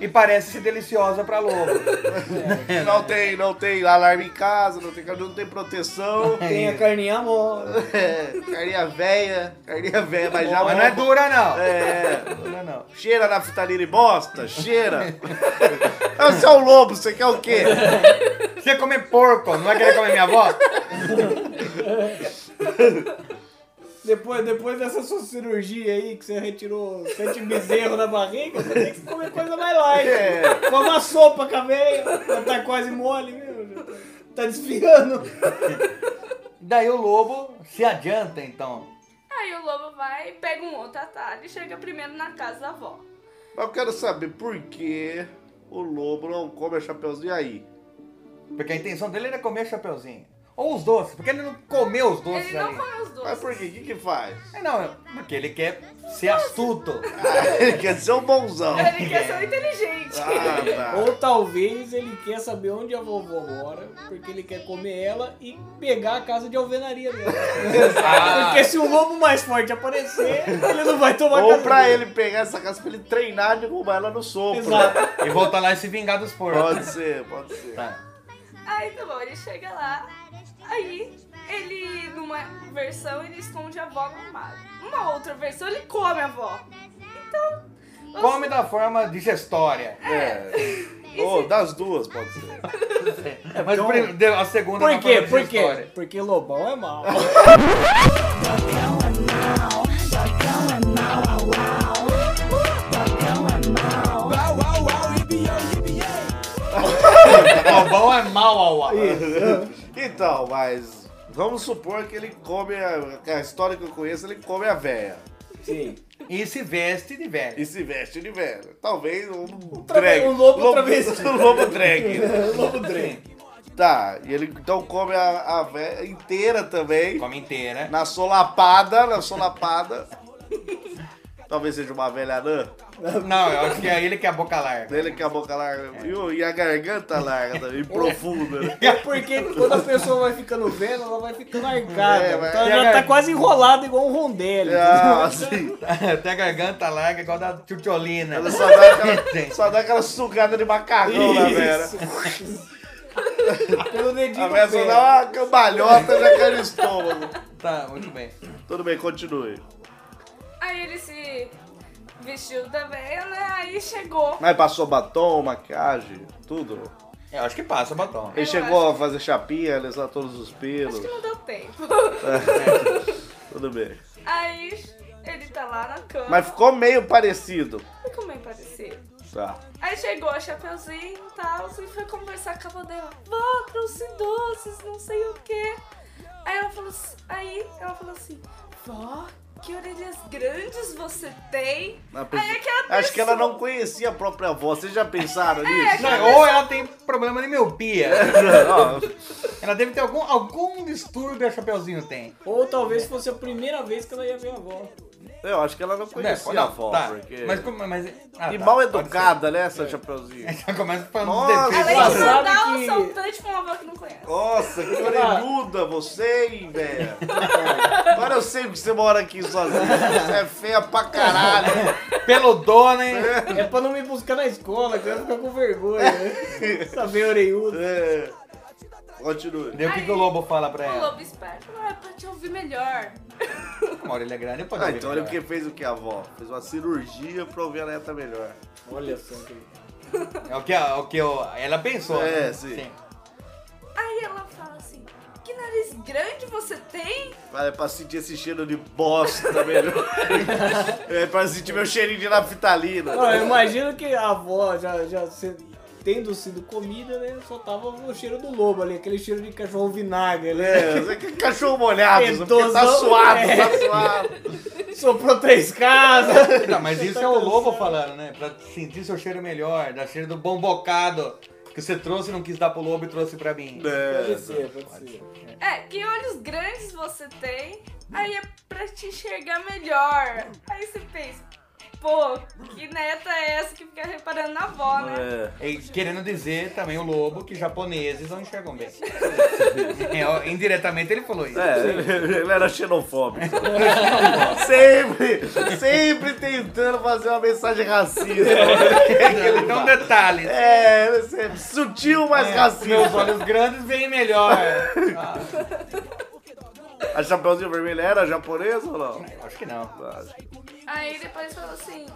[SPEAKER 4] e parece-se deliciosa para lobo.
[SPEAKER 6] Não tem, não tem alarme em casa, não tem, não tem proteção.
[SPEAKER 7] Tem a carninha mole.
[SPEAKER 6] É, carninha velha, carninha velha, mas já
[SPEAKER 4] Mas não é dura, não.
[SPEAKER 6] É,
[SPEAKER 4] Não, não.
[SPEAKER 6] cheira naftalina e bosta, cheira. <laughs> É o seu lobo, você quer o quê?
[SPEAKER 4] Você ia comer porco, não vai querer comer minha avó?
[SPEAKER 7] Depois, depois dessa sua cirurgia aí, que você retirou sete bezerros da barriga, você tem que comer coisa mais light.
[SPEAKER 6] É.
[SPEAKER 7] Toma uma sopa com a veia, já tá quase mole mesmo. já tá- Tá desfiando.
[SPEAKER 4] Daí o lobo se adianta, então.
[SPEAKER 8] Aí o lobo vai, pega um outro atalho e chega primeiro na casa da avó.
[SPEAKER 6] Mas eu quero saber por que o lobo não come a chapeuzinho aí.
[SPEAKER 4] Porque a intenção dele era comer chapeuzinho. Ou os doces, porque ele não comeu os doces
[SPEAKER 8] Ele não
[SPEAKER 4] ainda.
[SPEAKER 8] come os doces.
[SPEAKER 6] Mas por quê? O que que faz? <laughs>
[SPEAKER 4] É, não, porque ele quer ser
[SPEAKER 8] <laughs>
[SPEAKER 4] astuto.
[SPEAKER 6] Ele quer ser um bonzão.
[SPEAKER 8] Ele quer ser um inteligente.
[SPEAKER 6] Ah, tá.
[SPEAKER 7] Ou talvez ele quer saber onde a vovó mora, porque ele quer comer ela e pegar a casa de alvenaria dela.
[SPEAKER 4] Ah.
[SPEAKER 7] porque se o lobo mais forte aparecer, ele não vai tomar
[SPEAKER 6] Ou
[SPEAKER 7] casa
[SPEAKER 6] pra
[SPEAKER 7] dele.
[SPEAKER 6] ele pegar essa casa pra ele treinar de roubar ela no sopro.
[SPEAKER 7] Exato.
[SPEAKER 4] e voltar lá e se vingar dos porcos.
[SPEAKER 6] Pode ser, pode ser.
[SPEAKER 4] Tá.
[SPEAKER 8] Aí tá bom, ele chega lá, aí ele, numa versão, ele esconde a avó no armário. Uma outra versão, ele come a avó. Então, os-
[SPEAKER 4] Come da forma digestória.
[SPEAKER 6] É. Ou das duas, pode ser. <laughs>
[SPEAKER 4] É, mas o prim- deu- a segunda
[SPEAKER 7] então, Por
[SPEAKER 4] na
[SPEAKER 7] quê?
[SPEAKER 4] forma
[SPEAKER 7] Por quê?
[SPEAKER 4] digestória.
[SPEAKER 7] Porque lobão é mau.
[SPEAKER 5] Uau, uau, uau, ibi, ibi,
[SPEAKER 4] O bom é mal ao ar.
[SPEAKER 6] Então, mas vamos supor que ele come a, que a história que eu conheço, ele come a véia.
[SPEAKER 7] Sim.
[SPEAKER 4] E se veste de velho.
[SPEAKER 6] E se veste de velho. Talvez um,
[SPEAKER 7] trave-
[SPEAKER 6] drag.
[SPEAKER 7] um lobo travesti.
[SPEAKER 6] <laughs> Um
[SPEAKER 7] <laughs>
[SPEAKER 6] lobo drag.
[SPEAKER 7] Lobo drink.
[SPEAKER 6] tá, e ele então come a, a véia inteira também.
[SPEAKER 4] Come inteira.
[SPEAKER 6] Na solapada, na solapada. Talvez seja uma velha anã.
[SPEAKER 4] Não, eu acho que é ele que é a boca larga. <laughs>
[SPEAKER 6] Ele com a boca larga. E o- E a garganta larga também, profunda. né?
[SPEAKER 7] É porque quando a pessoa vai ficando velha, ela vai ficando arcada.
[SPEAKER 6] É, vai-
[SPEAKER 7] então ela
[SPEAKER 4] e a
[SPEAKER 7] já tá
[SPEAKER 4] garganta?
[SPEAKER 7] quase enrolada igual um rondelli.
[SPEAKER 6] Ah, assim.
[SPEAKER 4] Tem a garganta larga igual da tchutcholina.
[SPEAKER 6] Ela só dá aquela, só dá aquela sugada de macarrão na velha.
[SPEAKER 7] Pelo dedinho
[SPEAKER 6] A
[SPEAKER 7] do
[SPEAKER 6] velha só
[SPEAKER 7] pé.
[SPEAKER 6] dá uma cambalhota já cai no estômago.
[SPEAKER 4] Tá, muito bem.
[SPEAKER 6] Tudo bem, continue.
[SPEAKER 8] Aí ele se vestiu também, né? Aí chegou.
[SPEAKER 6] Mas passou batom, maquiagem, tudo.
[SPEAKER 4] É, eu acho que passa o batom.
[SPEAKER 6] Ele
[SPEAKER 8] Eu
[SPEAKER 6] chegou a fazer chapinha, alisar todos os pelos.
[SPEAKER 8] Acho que não deu tempo.
[SPEAKER 6] Tudo bem.
[SPEAKER 8] Aí ele tá lá na cama. é
[SPEAKER 6] Mas ficou meio parecido.
[SPEAKER 8] Ficou meio parecido.
[SPEAKER 6] Tá.
[SPEAKER 8] Aí chegou a Chapeuzinho e tal, e foi conversar com a avó dela. Vó, trouxe doces, não sei o quê. Aí ela falou, assim- aí ela falou assim, vó, que orelhas grandes você tem.
[SPEAKER 6] Na
[SPEAKER 8] Aí é
[SPEAKER 6] pessoa-
[SPEAKER 8] aquela
[SPEAKER 6] Acho que ela
[SPEAKER 8] pessoa-
[SPEAKER 6] não conhecia a própria voz. Vocês já pensaram nisso?
[SPEAKER 4] Não, ou ela tem problema de <laughs> miopia.
[SPEAKER 6] Ó,
[SPEAKER 4] Ela deve ter algum, algum distúrbio que a Chapeuzinho tem.
[SPEAKER 7] Ou talvez fosse a primeira vez que ela ia ver a avó.
[SPEAKER 6] Eu acho que ela não conhecia
[SPEAKER 4] Não,
[SPEAKER 6] a voz.
[SPEAKER 4] tá.
[SPEAKER 6] Porque...
[SPEAKER 4] Mas como. Mas, ah,
[SPEAKER 6] E
[SPEAKER 4] tá,
[SPEAKER 6] mal
[SPEAKER 4] pode ser. É.
[SPEAKER 6] educada, né, essa Chapeuzinho?
[SPEAKER 4] <laughs> Já começa falando
[SPEAKER 6] Nossa.
[SPEAKER 4] dos
[SPEAKER 8] Ela
[SPEAKER 4] defeitos.
[SPEAKER 8] ia
[SPEAKER 7] Ela sabe
[SPEAKER 8] mandar um
[SPEAKER 7] que-
[SPEAKER 8] assaltante pra uma avó que não conhece.
[SPEAKER 6] Nossa, que orelhuda você, hein, velho. Agora eu sei que você mora aqui sozinha. Você é feia pra caralho.
[SPEAKER 4] Peludona, hein?
[SPEAKER 7] É pra não me buscar na escola, que eu ia ficar com vergonha. <laughs> Né? Saber orelhuda.
[SPEAKER 6] É. Continue.
[SPEAKER 4] Daí o que, que o lobo fala
[SPEAKER 6] é.
[SPEAKER 4] pra
[SPEAKER 8] O
[SPEAKER 4] ela?
[SPEAKER 8] lobo esperto, ah, é pra te ouvir melhor.
[SPEAKER 4] Uma orelha grande pode
[SPEAKER 6] Ah,
[SPEAKER 4] ouvir
[SPEAKER 6] então olha o
[SPEAKER 4] melhor.
[SPEAKER 6] que fez o que a avó? Fez uma cirurgia pra ouvir a neta melhor.
[SPEAKER 7] Olha só. que-
[SPEAKER 4] É o que, a- o que eu- ela pensou.
[SPEAKER 6] É,
[SPEAKER 4] né?
[SPEAKER 6] sim.
[SPEAKER 8] Aí ela fala assim, que nariz grande você tem?
[SPEAKER 6] Pra, é pra sentir esse cheiro de
[SPEAKER 7] <laughs>
[SPEAKER 6] bosta melhor. é, pra sentir meu cheirinho de naftalina.
[SPEAKER 7] Não, Ah, eu imagino que a avó já, já se- tendo sido comida, né? Só tava o cheiro do lobo ali, aquele cheiro de cachorro vinagre,
[SPEAKER 6] É,
[SPEAKER 7] né?
[SPEAKER 6] você que cachorro molhado, você porque tá
[SPEAKER 7] Pentosão.
[SPEAKER 6] suado,
[SPEAKER 7] É.
[SPEAKER 6] tá
[SPEAKER 7] <laughs>
[SPEAKER 6] suado.
[SPEAKER 7] Soprou três casas.
[SPEAKER 4] Tá, mas isso é o lobo falando, né? Pra sentir seu cheiro melhor, dar cheiro do bom bocado que você trouxe e não quis dar pro lobo e trouxe pra mim.
[SPEAKER 7] Pode
[SPEAKER 6] É.
[SPEAKER 7] ser, pode ser.
[SPEAKER 8] É, que olhos grandes você tem? Aí é pra te enxergar melhor. Aí você pensa, pô, que neta é essa que fica reparando na avó, né?
[SPEAKER 6] É,
[SPEAKER 4] E querendo dizer também o lobo que japoneses não
[SPEAKER 6] <laughs>
[SPEAKER 4] enxergam bem. É, ó, indiretamente ele falou isso. <laughs>
[SPEAKER 6] É, ele, ele era xenofóbico. <laughs> sempre, sempre tentando fazer uma mensagem racista.
[SPEAKER 4] Então detalhes.
[SPEAKER 6] É, ele sempre sutil, mas
[SPEAKER 7] É.
[SPEAKER 4] Meus
[SPEAKER 6] racista.
[SPEAKER 4] olhos grandes veem melhor. Ah,
[SPEAKER 6] A Chapeuzinho Vermelho era japonesa ou não?
[SPEAKER 4] acho que não.
[SPEAKER 8] Aí depois falou assim,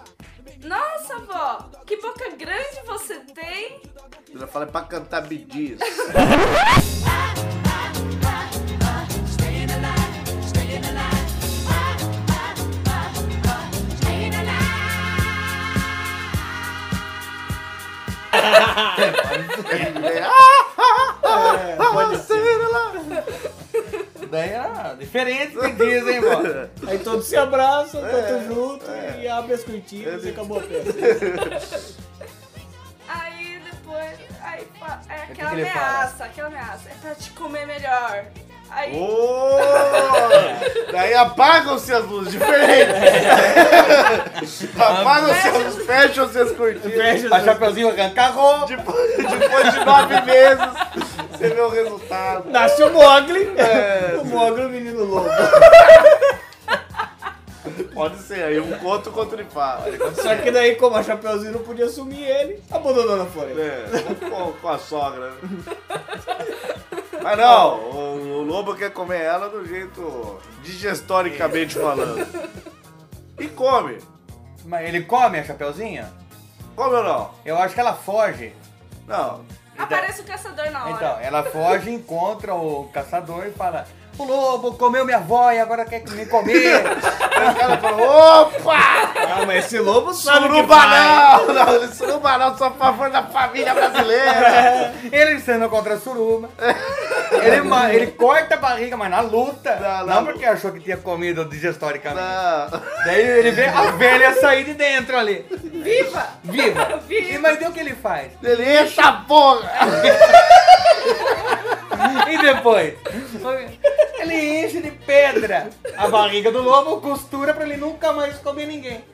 [SPEAKER 8] nossa avó, que boca grande você tem?
[SPEAKER 6] Eu já falei pra cantar bidiz.
[SPEAKER 4] Daí era diferente do que dizem, bora.
[SPEAKER 7] Aí todos se abraçam, cantam junto e abre as cortinas e acabou a <laughs> festa.
[SPEAKER 8] Aí depois, aí fa- é
[SPEAKER 4] que
[SPEAKER 8] aquela
[SPEAKER 4] que ele fala?
[SPEAKER 8] ameaça, aquela ameaça, é pra te comer melhor. Aí,
[SPEAKER 6] Ô! Daí apagam-se as luzes, diferente. apagam-se as luzes, fecham-se as cortinas.
[SPEAKER 4] A Chapeuzinho arranca a roupa.
[SPEAKER 6] Depois, depois de nove meses, você vê o resultado. É,
[SPEAKER 7] Nasce o Mogli. o Mogli, o menino lobo.
[SPEAKER 6] Pode ser, aí um conto contra ele fala.
[SPEAKER 7] Só que daí, como a Chapeuzinho não podia assumir ele, abandonou na floresta.
[SPEAKER 6] É, com, com a sogra. né? Mas não, o, o lobo quer comer ela do jeito digestoricamente falando. E come.
[SPEAKER 4] Mas ele come a Chapeuzinho?
[SPEAKER 6] Come ou não?
[SPEAKER 4] Eu acho que ela foge.
[SPEAKER 6] Não.
[SPEAKER 8] aparece o caçador na hora.
[SPEAKER 4] Então, ela foge, encontra o caçador e fala: O lobo comeu minha avó e agora quer me
[SPEAKER 6] <laughs>
[SPEAKER 4] comer.
[SPEAKER 6] Aí o cara falou, opa!
[SPEAKER 7] Ah, mas esse lobo sabe o que faz.
[SPEAKER 6] Surubanal! Não, esse surubanal só a favor da família brasileira.
[SPEAKER 4] <laughs> ele sendo contra a suruba. ele, ma- ele corta a barriga, mas na luta.
[SPEAKER 6] Na-
[SPEAKER 4] Não,
[SPEAKER 6] na
[SPEAKER 4] porque achou que tinha comido digestoricamente.
[SPEAKER 6] Não.
[SPEAKER 4] Daí ele vê a velha sair de dentro ali. Viva! Viva!
[SPEAKER 8] Viva!
[SPEAKER 4] E, mas daí o que ele faz?
[SPEAKER 6] Ele, eita porra!
[SPEAKER 4] <laughs> E depois? Ele enche de pedra a barriga do lobo, costura pra ele nunca mais comer ninguém.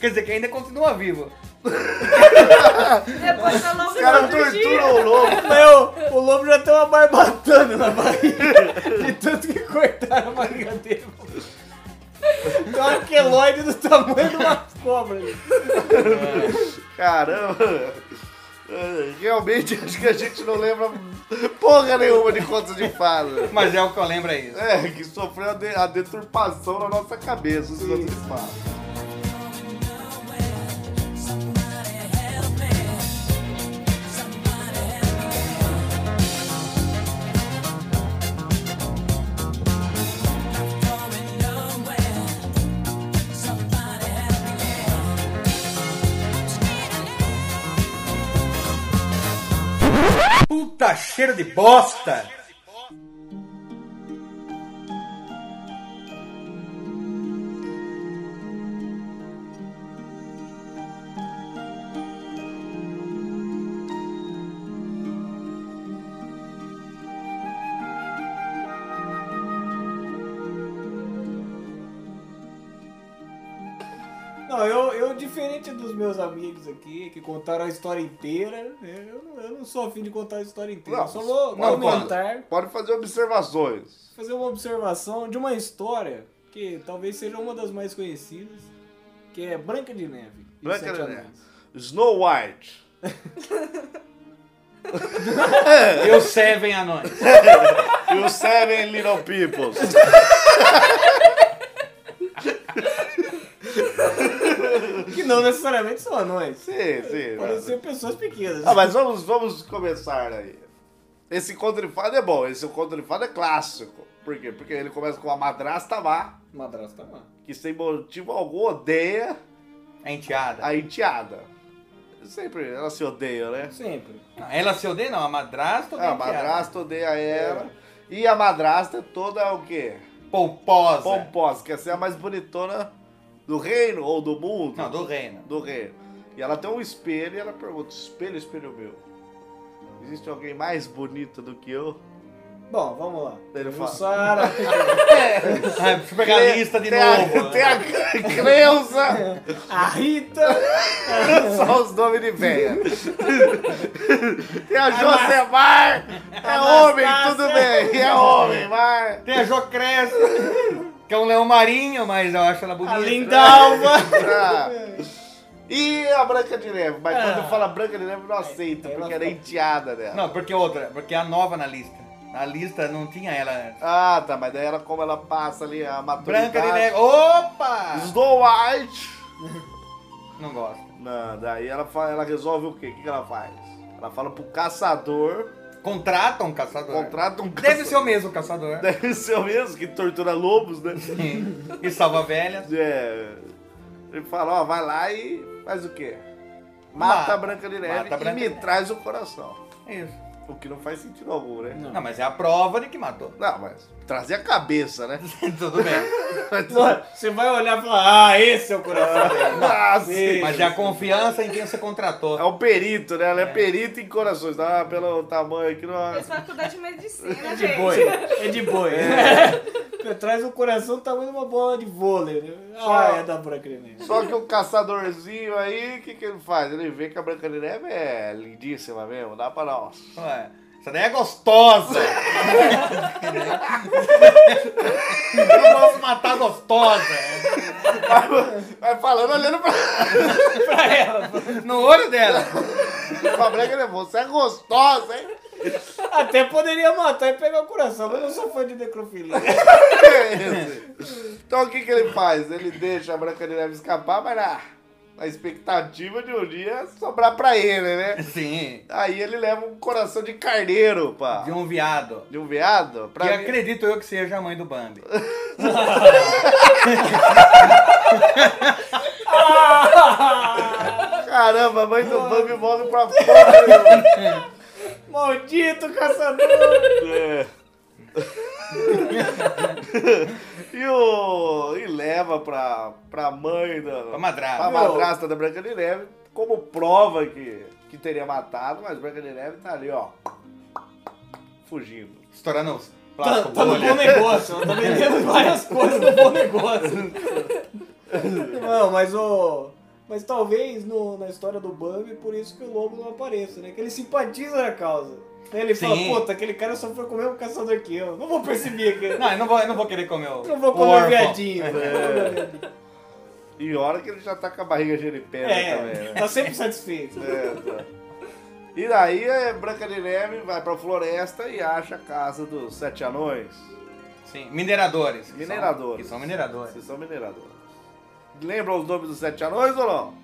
[SPEAKER 4] Quer dizer, que ainda continua vivo.
[SPEAKER 8] Depois da longa
[SPEAKER 6] Os caras torturam o lobo.
[SPEAKER 7] Meu, o lobo já tem uma barbatana na barriga. De tanto que cortaram a barriga dele. Tem um aqueloide do tamanho de uma cobra. ali.
[SPEAKER 6] Caramba! É, Realmente acho que a gente não lembra porra nenhuma de contas de fada.
[SPEAKER 4] Mas é o que eu lembro, é isso.
[SPEAKER 6] É, que sofreu a, de- a deturpação na nossa cabeça, os contos de fada.
[SPEAKER 4] Puta cheiro de bosta!
[SPEAKER 7] Não, eu, eu, diferente dos meus amigos aqui, que contaram a história inteira, eu, não- eu não sou afim de contar a história inteira.
[SPEAKER 6] Não,
[SPEAKER 7] eu só vou
[SPEAKER 6] não,
[SPEAKER 7] comentar,
[SPEAKER 6] Pode fazer observações.
[SPEAKER 7] fazer uma observação de uma história que talvez seja uma das mais conhecidas, que é Branca de Neve. e os
[SPEAKER 6] Branca
[SPEAKER 7] Sete
[SPEAKER 6] de Neve.
[SPEAKER 7] Anões.
[SPEAKER 6] Snow White.
[SPEAKER 4] Eu servem anões.
[SPEAKER 6] E os Seven Little People.
[SPEAKER 7] Que não necessariamente são anões.
[SPEAKER 6] Sim, sim.
[SPEAKER 7] Podem
[SPEAKER 6] né?
[SPEAKER 7] ser pessoas pequenas.
[SPEAKER 6] Ah, mas vamos, vamos começar aí. Esse conto de fada é bom, esse conto de fada é clássico. Por quê? Porque ele começa com a madrasta má,
[SPEAKER 7] Madrasta má.
[SPEAKER 6] que sem motivo algum odeia
[SPEAKER 4] É enteada.
[SPEAKER 6] a enteada. Sempre elas se odeiam, né?
[SPEAKER 7] Sempre.
[SPEAKER 4] Não, Ela se odeia? Não, a madrasta odeia
[SPEAKER 6] Ah, a madrasta odeia
[SPEAKER 4] É.
[SPEAKER 6] ela. E a madrasta é toda o quê?
[SPEAKER 4] Pomposa.
[SPEAKER 6] Pomposa, quer ser a mais bonitona do reino ou do mundo?
[SPEAKER 4] Não, do reino. <laughs>
[SPEAKER 6] Do reino. E ela tem um espelho e ela pergunta: espelho, espelho meu. Existe alguém mais bonito do que eu?
[SPEAKER 7] Bom, vamos lá.
[SPEAKER 6] Ele fala. <laughs>
[SPEAKER 7] Sara.
[SPEAKER 4] Ah, deixa eu pegar a lista de
[SPEAKER 6] tem a-
[SPEAKER 4] novo.
[SPEAKER 6] <laughs>
[SPEAKER 4] né?
[SPEAKER 6] tem a Creuza, <laughs>
[SPEAKER 7] A Rita.
[SPEAKER 6] só os nomes de velha. <laughs> tem a Josemar, é homem, tudo bem, é homem, vai.
[SPEAKER 4] Tem a Jocresta, que é um leão marinho, mas eu acho ela bonita.
[SPEAKER 7] A Lindalva.
[SPEAKER 6] Ah. E a Branca de Neve, mas quando
[SPEAKER 4] Ah.
[SPEAKER 6] fala Branca de Neve eu não
[SPEAKER 4] É,
[SPEAKER 6] aceito,
[SPEAKER 7] ela
[SPEAKER 6] porque era
[SPEAKER 7] fala-
[SPEAKER 6] enteada dela.
[SPEAKER 4] Não, porque é outra, porque a nova na lista. A lista não tinha ela antes.
[SPEAKER 6] Ah, tá, mas daí ela, como ela passa ali a maturidade...
[SPEAKER 4] Branca de neve. Opa!
[SPEAKER 6] Snow White...
[SPEAKER 4] Não gosto.
[SPEAKER 6] Não, daí ela, fala, ela resolve o quê? O que que ela faz? Ela fala pro caçador,
[SPEAKER 4] Contrata um caçador.
[SPEAKER 6] contrata um
[SPEAKER 4] Deve
[SPEAKER 6] caçador...
[SPEAKER 4] ser o mesmo caçador.
[SPEAKER 6] <laughs> Deve ser o mesmo que tortura lobos,
[SPEAKER 4] <laughs>
[SPEAKER 6] né?
[SPEAKER 4] e salva velhas.
[SPEAKER 6] É. Ele fala, ó, vai lá e faz o quê? Mata,
[SPEAKER 4] Mata.
[SPEAKER 6] a Branca de Neve
[SPEAKER 4] Mata a Branca
[SPEAKER 6] e me
[SPEAKER 4] de Neve.
[SPEAKER 6] traz o coração.
[SPEAKER 4] É Isso.
[SPEAKER 6] O que não faz sentido algum, né?
[SPEAKER 4] Não, mas é a prova de que matou. <laughs>
[SPEAKER 6] Não, mas trazer a cabeça, né?
[SPEAKER 4] Tudo bem.
[SPEAKER 7] Você vai olhar e falar, ah, esse é o coração.
[SPEAKER 6] Ah, sim.
[SPEAKER 4] Mas é a confiança em quem você contratou.
[SPEAKER 6] É um perito, né? Ela é, perito em corações. Ah, pelo tamanho aqui, não.
[SPEAKER 8] Fez faculdade de medicina,
[SPEAKER 7] De
[SPEAKER 8] gente.
[SPEAKER 7] boi. É de boi.
[SPEAKER 6] É.
[SPEAKER 7] É. Traz o coração do tamanho de uma bola de vôlei. Né? Ah, é da Branca de Neve.
[SPEAKER 6] Só que o caçadorzinho aí, o que, que ele faz? Ele vê que a Branca de Neve é lindíssima mesmo, dá pra nós.
[SPEAKER 4] Ué, Essa daí é gostosa.
[SPEAKER 7] <laughs>
[SPEAKER 4] Eu posso matar gostosa.
[SPEAKER 6] Vai falando, olhando pra, <laughs>
[SPEAKER 4] No olho dela.
[SPEAKER 6] pra Branca de Neve. Você é gostosa, hein? <laughs>
[SPEAKER 7] Até poderia matar e pegar o coração, mas eu não sou fã de
[SPEAKER 6] <laughs>
[SPEAKER 7] necrofilia.
[SPEAKER 6] Então o que, que ele faz? Ele deixa a Branca de Neve escapar, mas na, na expectativa de um dia sobrar pra ele, né?
[SPEAKER 4] Sim.
[SPEAKER 6] Aí ele leva um coração de carneiro, pá.
[SPEAKER 4] De um viado.
[SPEAKER 6] De um veado? Pra
[SPEAKER 4] Que
[SPEAKER 6] mim-
[SPEAKER 4] acredito eu que seja a mãe do Bambi.
[SPEAKER 6] Caramba, a mãe do Bambi volta pra fora.
[SPEAKER 7] Maldito caçador!
[SPEAKER 6] É. <laughs> e, o, e leva pra, pra mãe da.
[SPEAKER 4] Pra madrasta.
[SPEAKER 6] pra madrasta da Branca de Neve, como prova que, que teria matado, mas Branca de Neve tá ali, ó. Fugindo.
[SPEAKER 4] Estourando os
[SPEAKER 7] Tá,
[SPEAKER 4] plástico
[SPEAKER 7] tá no bom
[SPEAKER 4] bolha.
[SPEAKER 7] negócio, ela tá
[SPEAKER 4] <laughs>
[SPEAKER 7] vendendo várias coisas no bom negócio. Não, mas o. Mas talvez no- na história do Bambi, por isso que o lobo não apareça, né? Que ele simpatiza na causa. Ele fala,
[SPEAKER 4] Sim.
[SPEAKER 7] puta, aquele cara só foi comer um caçador que eu. Não vou perceber
[SPEAKER 4] <laughs>
[SPEAKER 7] que
[SPEAKER 4] Não, eu não vou, eu não vou querer comer o.
[SPEAKER 7] Não vou
[SPEAKER 4] o
[SPEAKER 7] comer
[SPEAKER 4] órfão. <laughs>
[SPEAKER 7] viadinho. não vou comer viadinho.
[SPEAKER 4] É.
[SPEAKER 6] E hora que ele já tá com a barriga geripédica também,
[SPEAKER 7] É,
[SPEAKER 6] né?
[SPEAKER 7] tá sempre satisfeito.
[SPEAKER 6] É, tá. E daí é, Branca de Neve vai pra floresta e acha a casa dos sete anões.
[SPEAKER 4] Sim, mineradores. que são-
[SPEAKER 6] Mineradores.
[SPEAKER 4] Que são mineradores.
[SPEAKER 6] Vocês são mineradores. Lembram os nomes dos sete anões ou não?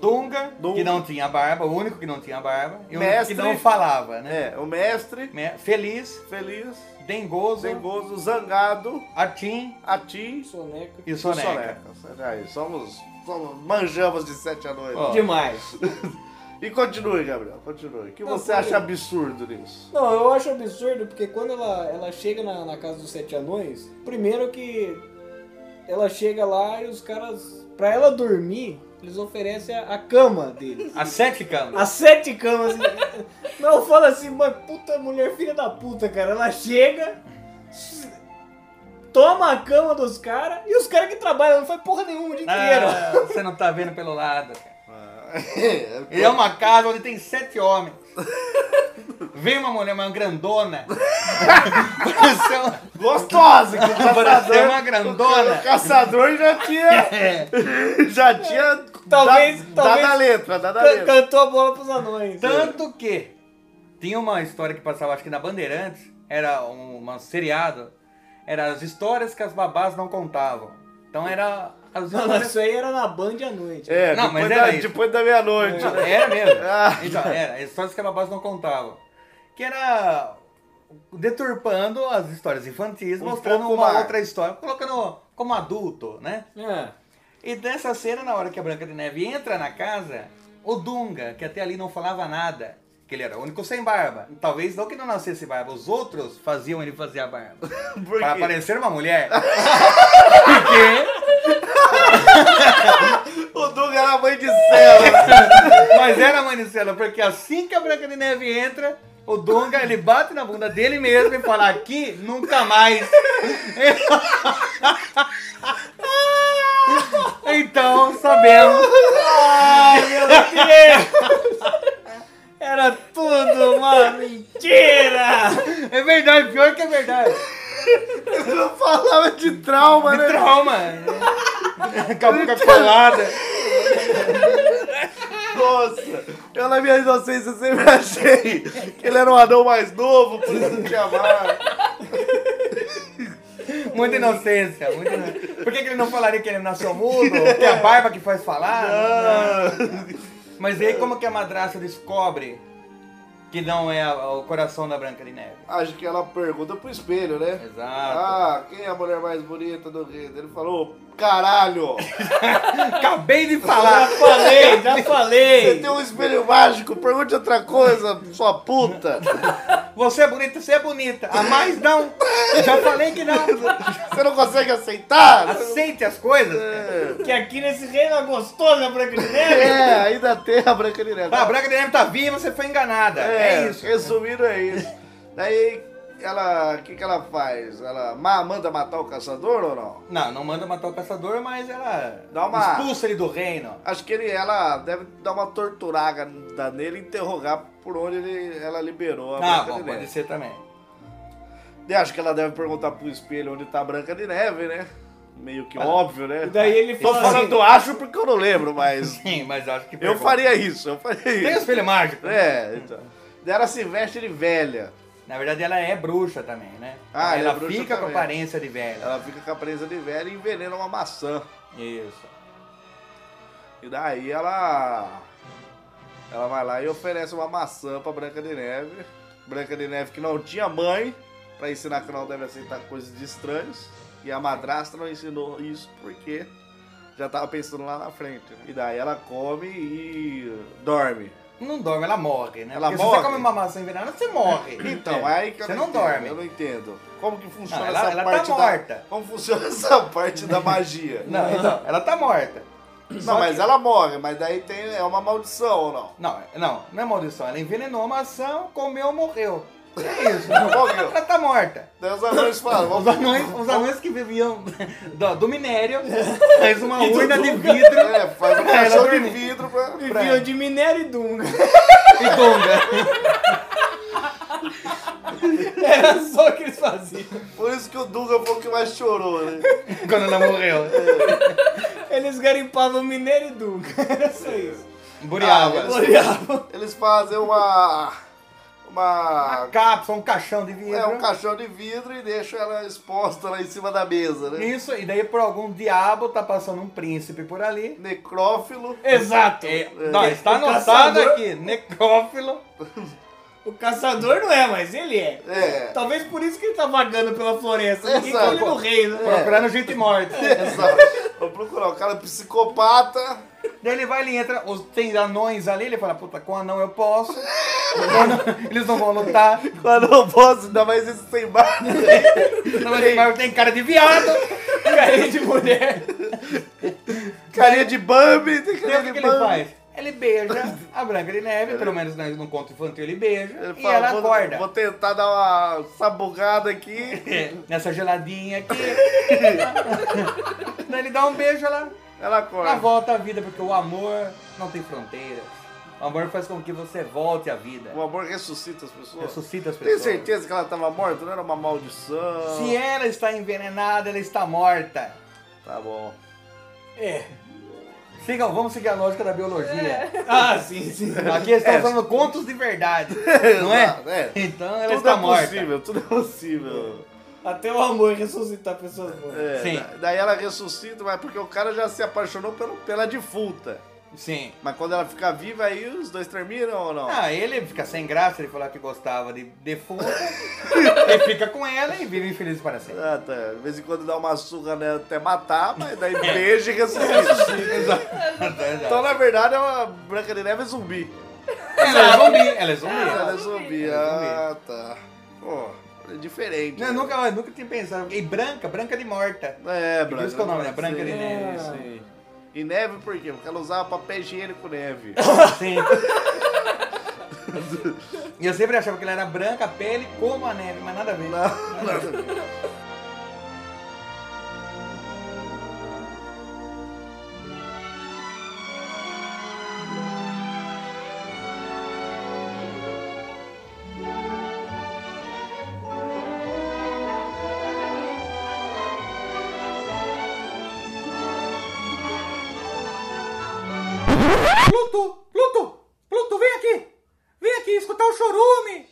[SPEAKER 4] Dunga,
[SPEAKER 6] Dunga.
[SPEAKER 4] que não tinha barba, o único que não tinha barba. E o único
[SPEAKER 6] Mestre.
[SPEAKER 4] que não falava, né?
[SPEAKER 6] É, o mestre,
[SPEAKER 4] Me- Feliz,
[SPEAKER 6] feliz,
[SPEAKER 4] Dengoso,
[SPEAKER 6] dengoso, zangado,
[SPEAKER 4] Atim
[SPEAKER 6] atim
[SPEAKER 7] Soneca.
[SPEAKER 4] e
[SPEAKER 6] e soneca.
[SPEAKER 4] Soneca.
[SPEAKER 6] Olha Aí, somos, somos manjamos de sete anões.
[SPEAKER 4] Ó.
[SPEAKER 7] Demais.
[SPEAKER 6] E continue, Gabriel, continue. O que
[SPEAKER 7] Não,
[SPEAKER 6] você
[SPEAKER 7] foi-
[SPEAKER 6] acha absurdo nisso?
[SPEAKER 7] Não, eu acho absurdo, porque quando ela, ela chega na, na casa dos sete anões, primeiro que ela chega lá e os caras, pra ela dormir, eles oferecem a, a cama
[SPEAKER 4] <laughs>
[SPEAKER 7] deles.
[SPEAKER 4] As sete camas.
[SPEAKER 7] As sete camas. Não, fala assim, mas puta mulher, filha da puta, cara. Ela chega, toma a cama dos caras e os caras que trabalham não faz porra nenhuma o dia inteiro.
[SPEAKER 4] Ah, você não tá vendo pelo lado, cara.
[SPEAKER 6] <laughs> É,
[SPEAKER 4] E é uma casa onde tem
[SPEAKER 6] <laughs>
[SPEAKER 4] sete homens. Vem uma mulher, uma grandona. Você
[SPEAKER 6] Gostosa! Que o
[SPEAKER 4] é
[SPEAKER 6] caçador,
[SPEAKER 4] uma grandona.
[SPEAKER 6] o caçador já tinha,
[SPEAKER 4] <laughs> É,
[SPEAKER 6] <laughs> já tinha
[SPEAKER 7] Talvez-
[SPEAKER 6] dado,
[SPEAKER 7] talvez-
[SPEAKER 6] dado a letra, dado a
[SPEAKER 7] Can-
[SPEAKER 6] letra.
[SPEAKER 7] Cantou a bola pros anões.
[SPEAKER 4] Tanto que tinha uma história que passava, acho que na Bandeirantes, era um, uma seriado, era as histórias que as babás não contavam. Então era as
[SPEAKER 7] Não, não,
[SPEAKER 4] histórias.
[SPEAKER 7] isso aí era na Band à noite.
[SPEAKER 6] É,
[SPEAKER 4] Não, mas
[SPEAKER 6] depois,
[SPEAKER 4] era
[SPEAKER 6] da,
[SPEAKER 4] isso. É.
[SPEAKER 6] depois da meia-noite. né?
[SPEAKER 4] Não, era mesmo.
[SPEAKER 6] Ah.
[SPEAKER 4] Então, era, as histórias que as babás não contavam. Que era deturpando as histórias infantis,
[SPEAKER 6] Um
[SPEAKER 4] mostrando
[SPEAKER 6] pouco
[SPEAKER 4] uma
[SPEAKER 6] mais.
[SPEAKER 4] outra história, colocando como adulto, né?
[SPEAKER 7] É.
[SPEAKER 4] E nessa cena, na hora que a Branca de Neve entra na casa, o Dunga, que até ali não falava nada, que ele era o único sem barba. Talvez não que não nascesse barba, os outros faziam ele fazer a barba.
[SPEAKER 6] <laughs> Por
[SPEAKER 4] Para
[SPEAKER 6] quê?
[SPEAKER 4] parecer
[SPEAKER 6] <laughs>
[SPEAKER 4] uma mulher. Porque.
[SPEAKER 6] O Dunga era mãe de
[SPEAKER 4] <laughs>
[SPEAKER 6] cela.
[SPEAKER 4] Mas era manicela, porque assim que a Branca de Neve entra, o Dunga ele bate na bunda dele mesmo e fala: aqui nunca mais. <laughs> Então sabemos.
[SPEAKER 7] Era tudo uma mentira!
[SPEAKER 4] É verdade, pior que é verdade.
[SPEAKER 6] Ele não falava de trauma, né?
[SPEAKER 4] De trauma. Com a boca colada.
[SPEAKER 6] Nossa, eu na minha inocência sempre achei que ele era um anão mais novo, por isso não tinha barba.
[SPEAKER 4] Muita inocência. Muita inocência. Por que, que ele não falaria que ele nasceu mudo? Que é a barba que faz falar? Mas aí como que a madraça descobre que não é a- o coração da Branca de Neve?
[SPEAKER 6] Acho que ela pergunta pro espelho, né?
[SPEAKER 4] Exato.
[SPEAKER 6] Ah, quem é a mulher mais bonita do reino? Ele falou, caralho,
[SPEAKER 4] Acabei de falar.
[SPEAKER 7] Falei, já
[SPEAKER 6] você
[SPEAKER 7] falei!
[SPEAKER 6] tem um espelho mágico, pergunte outra coisa, sua puta.
[SPEAKER 4] Você é bonita, você é bonita. A mais não. Já falei que não.
[SPEAKER 6] Você não consegue aceitar?
[SPEAKER 4] Aceite as coisas.
[SPEAKER 7] Que aqui nesse reino é gostoso, né, Branca de Neve?
[SPEAKER 6] É, ainda tem a Branca de Neve.
[SPEAKER 4] Ah, a Branca de Neve tá viva, você foi enganada. É, isso.
[SPEAKER 6] Resumindo, é isso. Daí, ela, o que, que ela faz? Ela ma- manda matar o caçador ou não?
[SPEAKER 4] Não, não manda matar o caçador, mas ela
[SPEAKER 6] Dá uma-
[SPEAKER 4] expulsa ele do reino.
[SPEAKER 6] Acho que ele, ela deve dar uma torturada da- nele e interrogar por onde ele, ela liberou a
[SPEAKER 4] Ah,
[SPEAKER 6] Branca
[SPEAKER 4] bom,
[SPEAKER 6] de
[SPEAKER 4] pode
[SPEAKER 6] Neve.
[SPEAKER 4] ser também. <laughs>
[SPEAKER 6] E acho que ela deve perguntar pro espelho onde tá a Branca de Neve, né? Meio
[SPEAKER 4] Ah.
[SPEAKER 6] que óbvio, né?
[SPEAKER 7] E daí ele
[SPEAKER 6] Tô
[SPEAKER 7] fala assim,
[SPEAKER 6] falando acho porque eu não lembro, mas
[SPEAKER 4] Sim, mas acho que...
[SPEAKER 6] eu
[SPEAKER 4] pergunta.
[SPEAKER 6] faria isso, eu faria
[SPEAKER 4] Tem os
[SPEAKER 6] isso.
[SPEAKER 4] filhos mágicos.
[SPEAKER 6] É, então. Daí ela se veste de velha.
[SPEAKER 4] Na verdade, ela é bruxa também, né?
[SPEAKER 6] Ah, ela
[SPEAKER 4] ela
[SPEAKER 6] é bruxa
[SPEAKER 4] fica com
[SPEAKER 6] também.
[SPEAKER 4] aparência de velha.
[SPEAKER 6] Ela fica com a presa de velha e envenena uma maçã.
[SPEAKER 4] Isso.
[SPEAKER 6] E daí ela. Ela vai lá e oferece uma maçã pra Branca de Neve. Branca de Neve que não tinha mãe, pra ensinar que não deve aceitar coisas de estranhos. E a madrasta não ensinou isso porque já tava pensando lá na frente. né? E daí ela come e dorme.
[SPEAKER 4] Não dorme, ela morre, né?
[SPEAKER 6] Ela
[SPEAKER 4] Porque se
[SPEAKER 6] morre.
[SPEAKER 4] você come uma maçã envenenada, você morre.
[SPEAKER 6] <laughs> Então,
[SPEAKER 4] é.
[SPEAKER 6] aí que eu
[SPEAKER 4] Você não
[SPEAKER 6] entendo,
[SPEAKER 4] dorme.
[SPEAKER 6] Eu não entendo. Como que funciona
[SPEAKER 4] Não, ela-
[SPEAKER 6] essa
[SPEAKER 4] ela tá
[SPEAKER 6] parte
[SPEAKER 4] morta.
[SPEAKER 6] da... Como funciona <laughs> essa parte da magia? não, <laughs>
[SPEAKER 4] Não, então, ela tá morta. Só
[SPEAKER 6] mas
[SPEAKER 4] que-
[SPEAKER 6] ela morre, mas daí tem... é uma maldição ou não?
[SPEAKER 4] Não, não, não é maldição. Ela envenenou a maçã, comeu, morreu. É isso.
[SPEAKER 6] Qual que é?
[SPEAKER 4] Ela tá morta. <laughs>
[SPEAKER 6] Daí os anões falam,
[SPEAKER 4] Os
[SPEAKER 6] vamos...
[SPEAKER 4] anões, os anões que viviam <laughs> do, do minério, fez uma urna de
[SPEAKER 6] <laughs>
[SPEAKER 4] vidro
[SPEAKER 6] É, faz uma
[SPEAKER 4] <laughs> Ela
[SPEAKER 6] caixão de
[SPEAKER 4] dorme.
[SPEAKER 6] vidro pra...
[SPEAKER 7] Viu de minério e dunga. <laughs>
[SPEAKER 4] e donga.
[SPEAKER 7] Era só o que eles faziam.
[SPEAKER 6] Por isso que o Dunga foi o que mais chorou, né?
[SPEAKER 4] <laughs> Quando ela morreu.
[SPEAKER 7] Eles garimpavam minério e dunga. <laughs> Era só isso.
[SPEAKER 4] Buriava.
[SPEAKER 6] Ah, eles, eles fazem uma... Uma...
[SPEAKER 4] cápsula, um caixão de vidro.
[SPEAKER 6] É um caixão de vidro e deixam ela exposta lá em cima da mesa, né?
[SPEAKER 4] Isso, e daí por algum diabo tá passando um príncipe por ali.
[SPEAKER 6] Necrófilo.
[SPEAKER 7] Exato.
[SPEAKER 4] É, não, está
[SPEAKER 7] O
[SPEAKER 4] anotado
[SPEAKER 7] caçador-
[SPEAKER 4] aqui, necrófilo.
[SPEAKER 7] O caçador não é, mas ele é.
[SPEAKER 6] É.
[SPEAKER 7] Talvez por isso que ele tá vagando pela floresta. Ninguém
[SPEAKER 6] Exato.
[SPEAKER 7] tá olhando o rei,
[SPEAKER 6] É.
[SPEAKER 7] né?
[SPEAKER 4] Procurando
[SPEAKER 6] <laughs>
[SPEAKER 4] gente morta.
[SPEAKER 6] Exato. Vou procurar. O cara é psicopata.
[SPEAKER 4] Daí ele vai, ele entra, os- tem anões ali, ele fala, puta, com anão eu posso.
[SPEAKER 6] É.
[SPEAKER 4] Com anão, Eles não vão lutar.
[SPEAKER 6] Mas não posso, ainda mais esse sem barba.
[SPEAKER 4] Não vai ter barba, tem cara
[SPEAKER 6] <laughs>
[SPEAKER 4] de viado.
[SPEAKER 7] Carinha de mulher.
[SPEAKER 6] Carinha de Bambi. Tem
[SPEAKER 4] Daí o
[SPEAKER 6] carinha
[SPEAKER 4] que,
[SPEAKER 6] de
[SPEAKER 4] que ele
[SPEAKER 6] Bambi.
[SPEAKER 4] faz? Ele beija a Branca de Neve, pelo menos no, no conto infantil ele beija,
[SPEAKER 6] Ele
[SPEAKER 4] e
[SPEAKER 6] fala,
[SPEAKER 4] ela
[SPEAKER 6] vou,
[SPEAKER 4] acorda.
[SPEAKER 6] Vou tentar dar uma sabugada aqui.
[SPEAKER 4] É, Nessa geladinha
[SPEAKER 6] <laughs>
[SPEAKER 4] aqui. Daí ele dá um beijo, ela
[SPEAKER 6] Ela
[SPEAKER 4] Ela
[SPEAKER 6] acorda.
[SPEAKER 4] volta à vida, porque o amor não tem fronteiras. O amor faz com que você volte à vida.
[SPEAKER 6] O amor ressuscita as pessoas.
[SPEAKER 4] Ressuscita as
[SPEAKER 6] Tem
[SPEAKER 4] pessoas.
[SPEAKER 6] certeza que ela estava morta? Não era uma maldição?
[SPEAKER 4] Se ela está envenenada, ela está morta.
[SPEAKER 6] Tá bom.
[SPEAKER 4] Sigam, vamos seguir a lógica da biologia.
[SPEAKER 7] Ah, sim, sim.
[SPEAKER 6] <laughs>
[SPEAKER 4] Aqui eles estão falando contos de verdade, não
[SPEAKER 6] É. Exato,
[SPEAKER 4] é?
[SPEAKER 6] é.
[SPEAKER 4] Então ela
[SPEAKER 6] Tudo
[SPEAKER 4] está
[SPEAKER 6] é
[SPEAKER 4] morta.
[SPEAKER 6] possível, tudo é possível.
[SPEAKER 7] Até o amor ressuscitar pessoas mortas.
[SPEAKER 6] É,
[SPEAKER 4] Sim.
[SPEAKER 6] da- Daí ela ressuscita, mas porque o cara já se apaixonou pelo, pela defunta.
[SPEAKER 4] Sim.
[SPEAKER 6] Mas quando ela ficar viva, aí os dois terminam ou não?
[SPEAKER 4] Ah, ele fica sem graça, ele falou que gostava de
[SPEAKER 6] <laughs>
[SPEAKER 4] defunta. ele fica com ela e vive infeliz para sempre.
[SPEAKER 6] Ah, tá. De vez em quando dá uma surra nela até matar, mas daí beija e
[SPEAKER 4] É
[SPEAKER 6] ressuscita. Então, na verdade, é uma Branca de Neve zumbi.
[SPEAKER 4] Ela é zumbi, ela é zumbi.
[SPEAKER 6] Ela é zumbi. Ah, tá. Pô, é diferente.
[SPEAKER 4] Não, eu Né, nunca, eu nunca tinha pensado. E branca, branca de morta.
[SPEAKER 6] É, Branca.
[SPEAKER 4] Por isso que é o nome, né? Branca de
[SPEAKER 6] Sim,
[SPEAKER 4] Neve.
[SPEAKER 6] sim. E neve por quê? Porque ela usava papel higiênico neve. <laughs>
[SPEAKER 4] Sim. E eu sempre achava que ela era branca, a pele como a neve, mas nada a ver.
[SPEAKER 6] Nada a ver.
[SPEAKER 2] Pluto, Pluto, Pluto, vem aqui! Vem aqui escutar o chorume!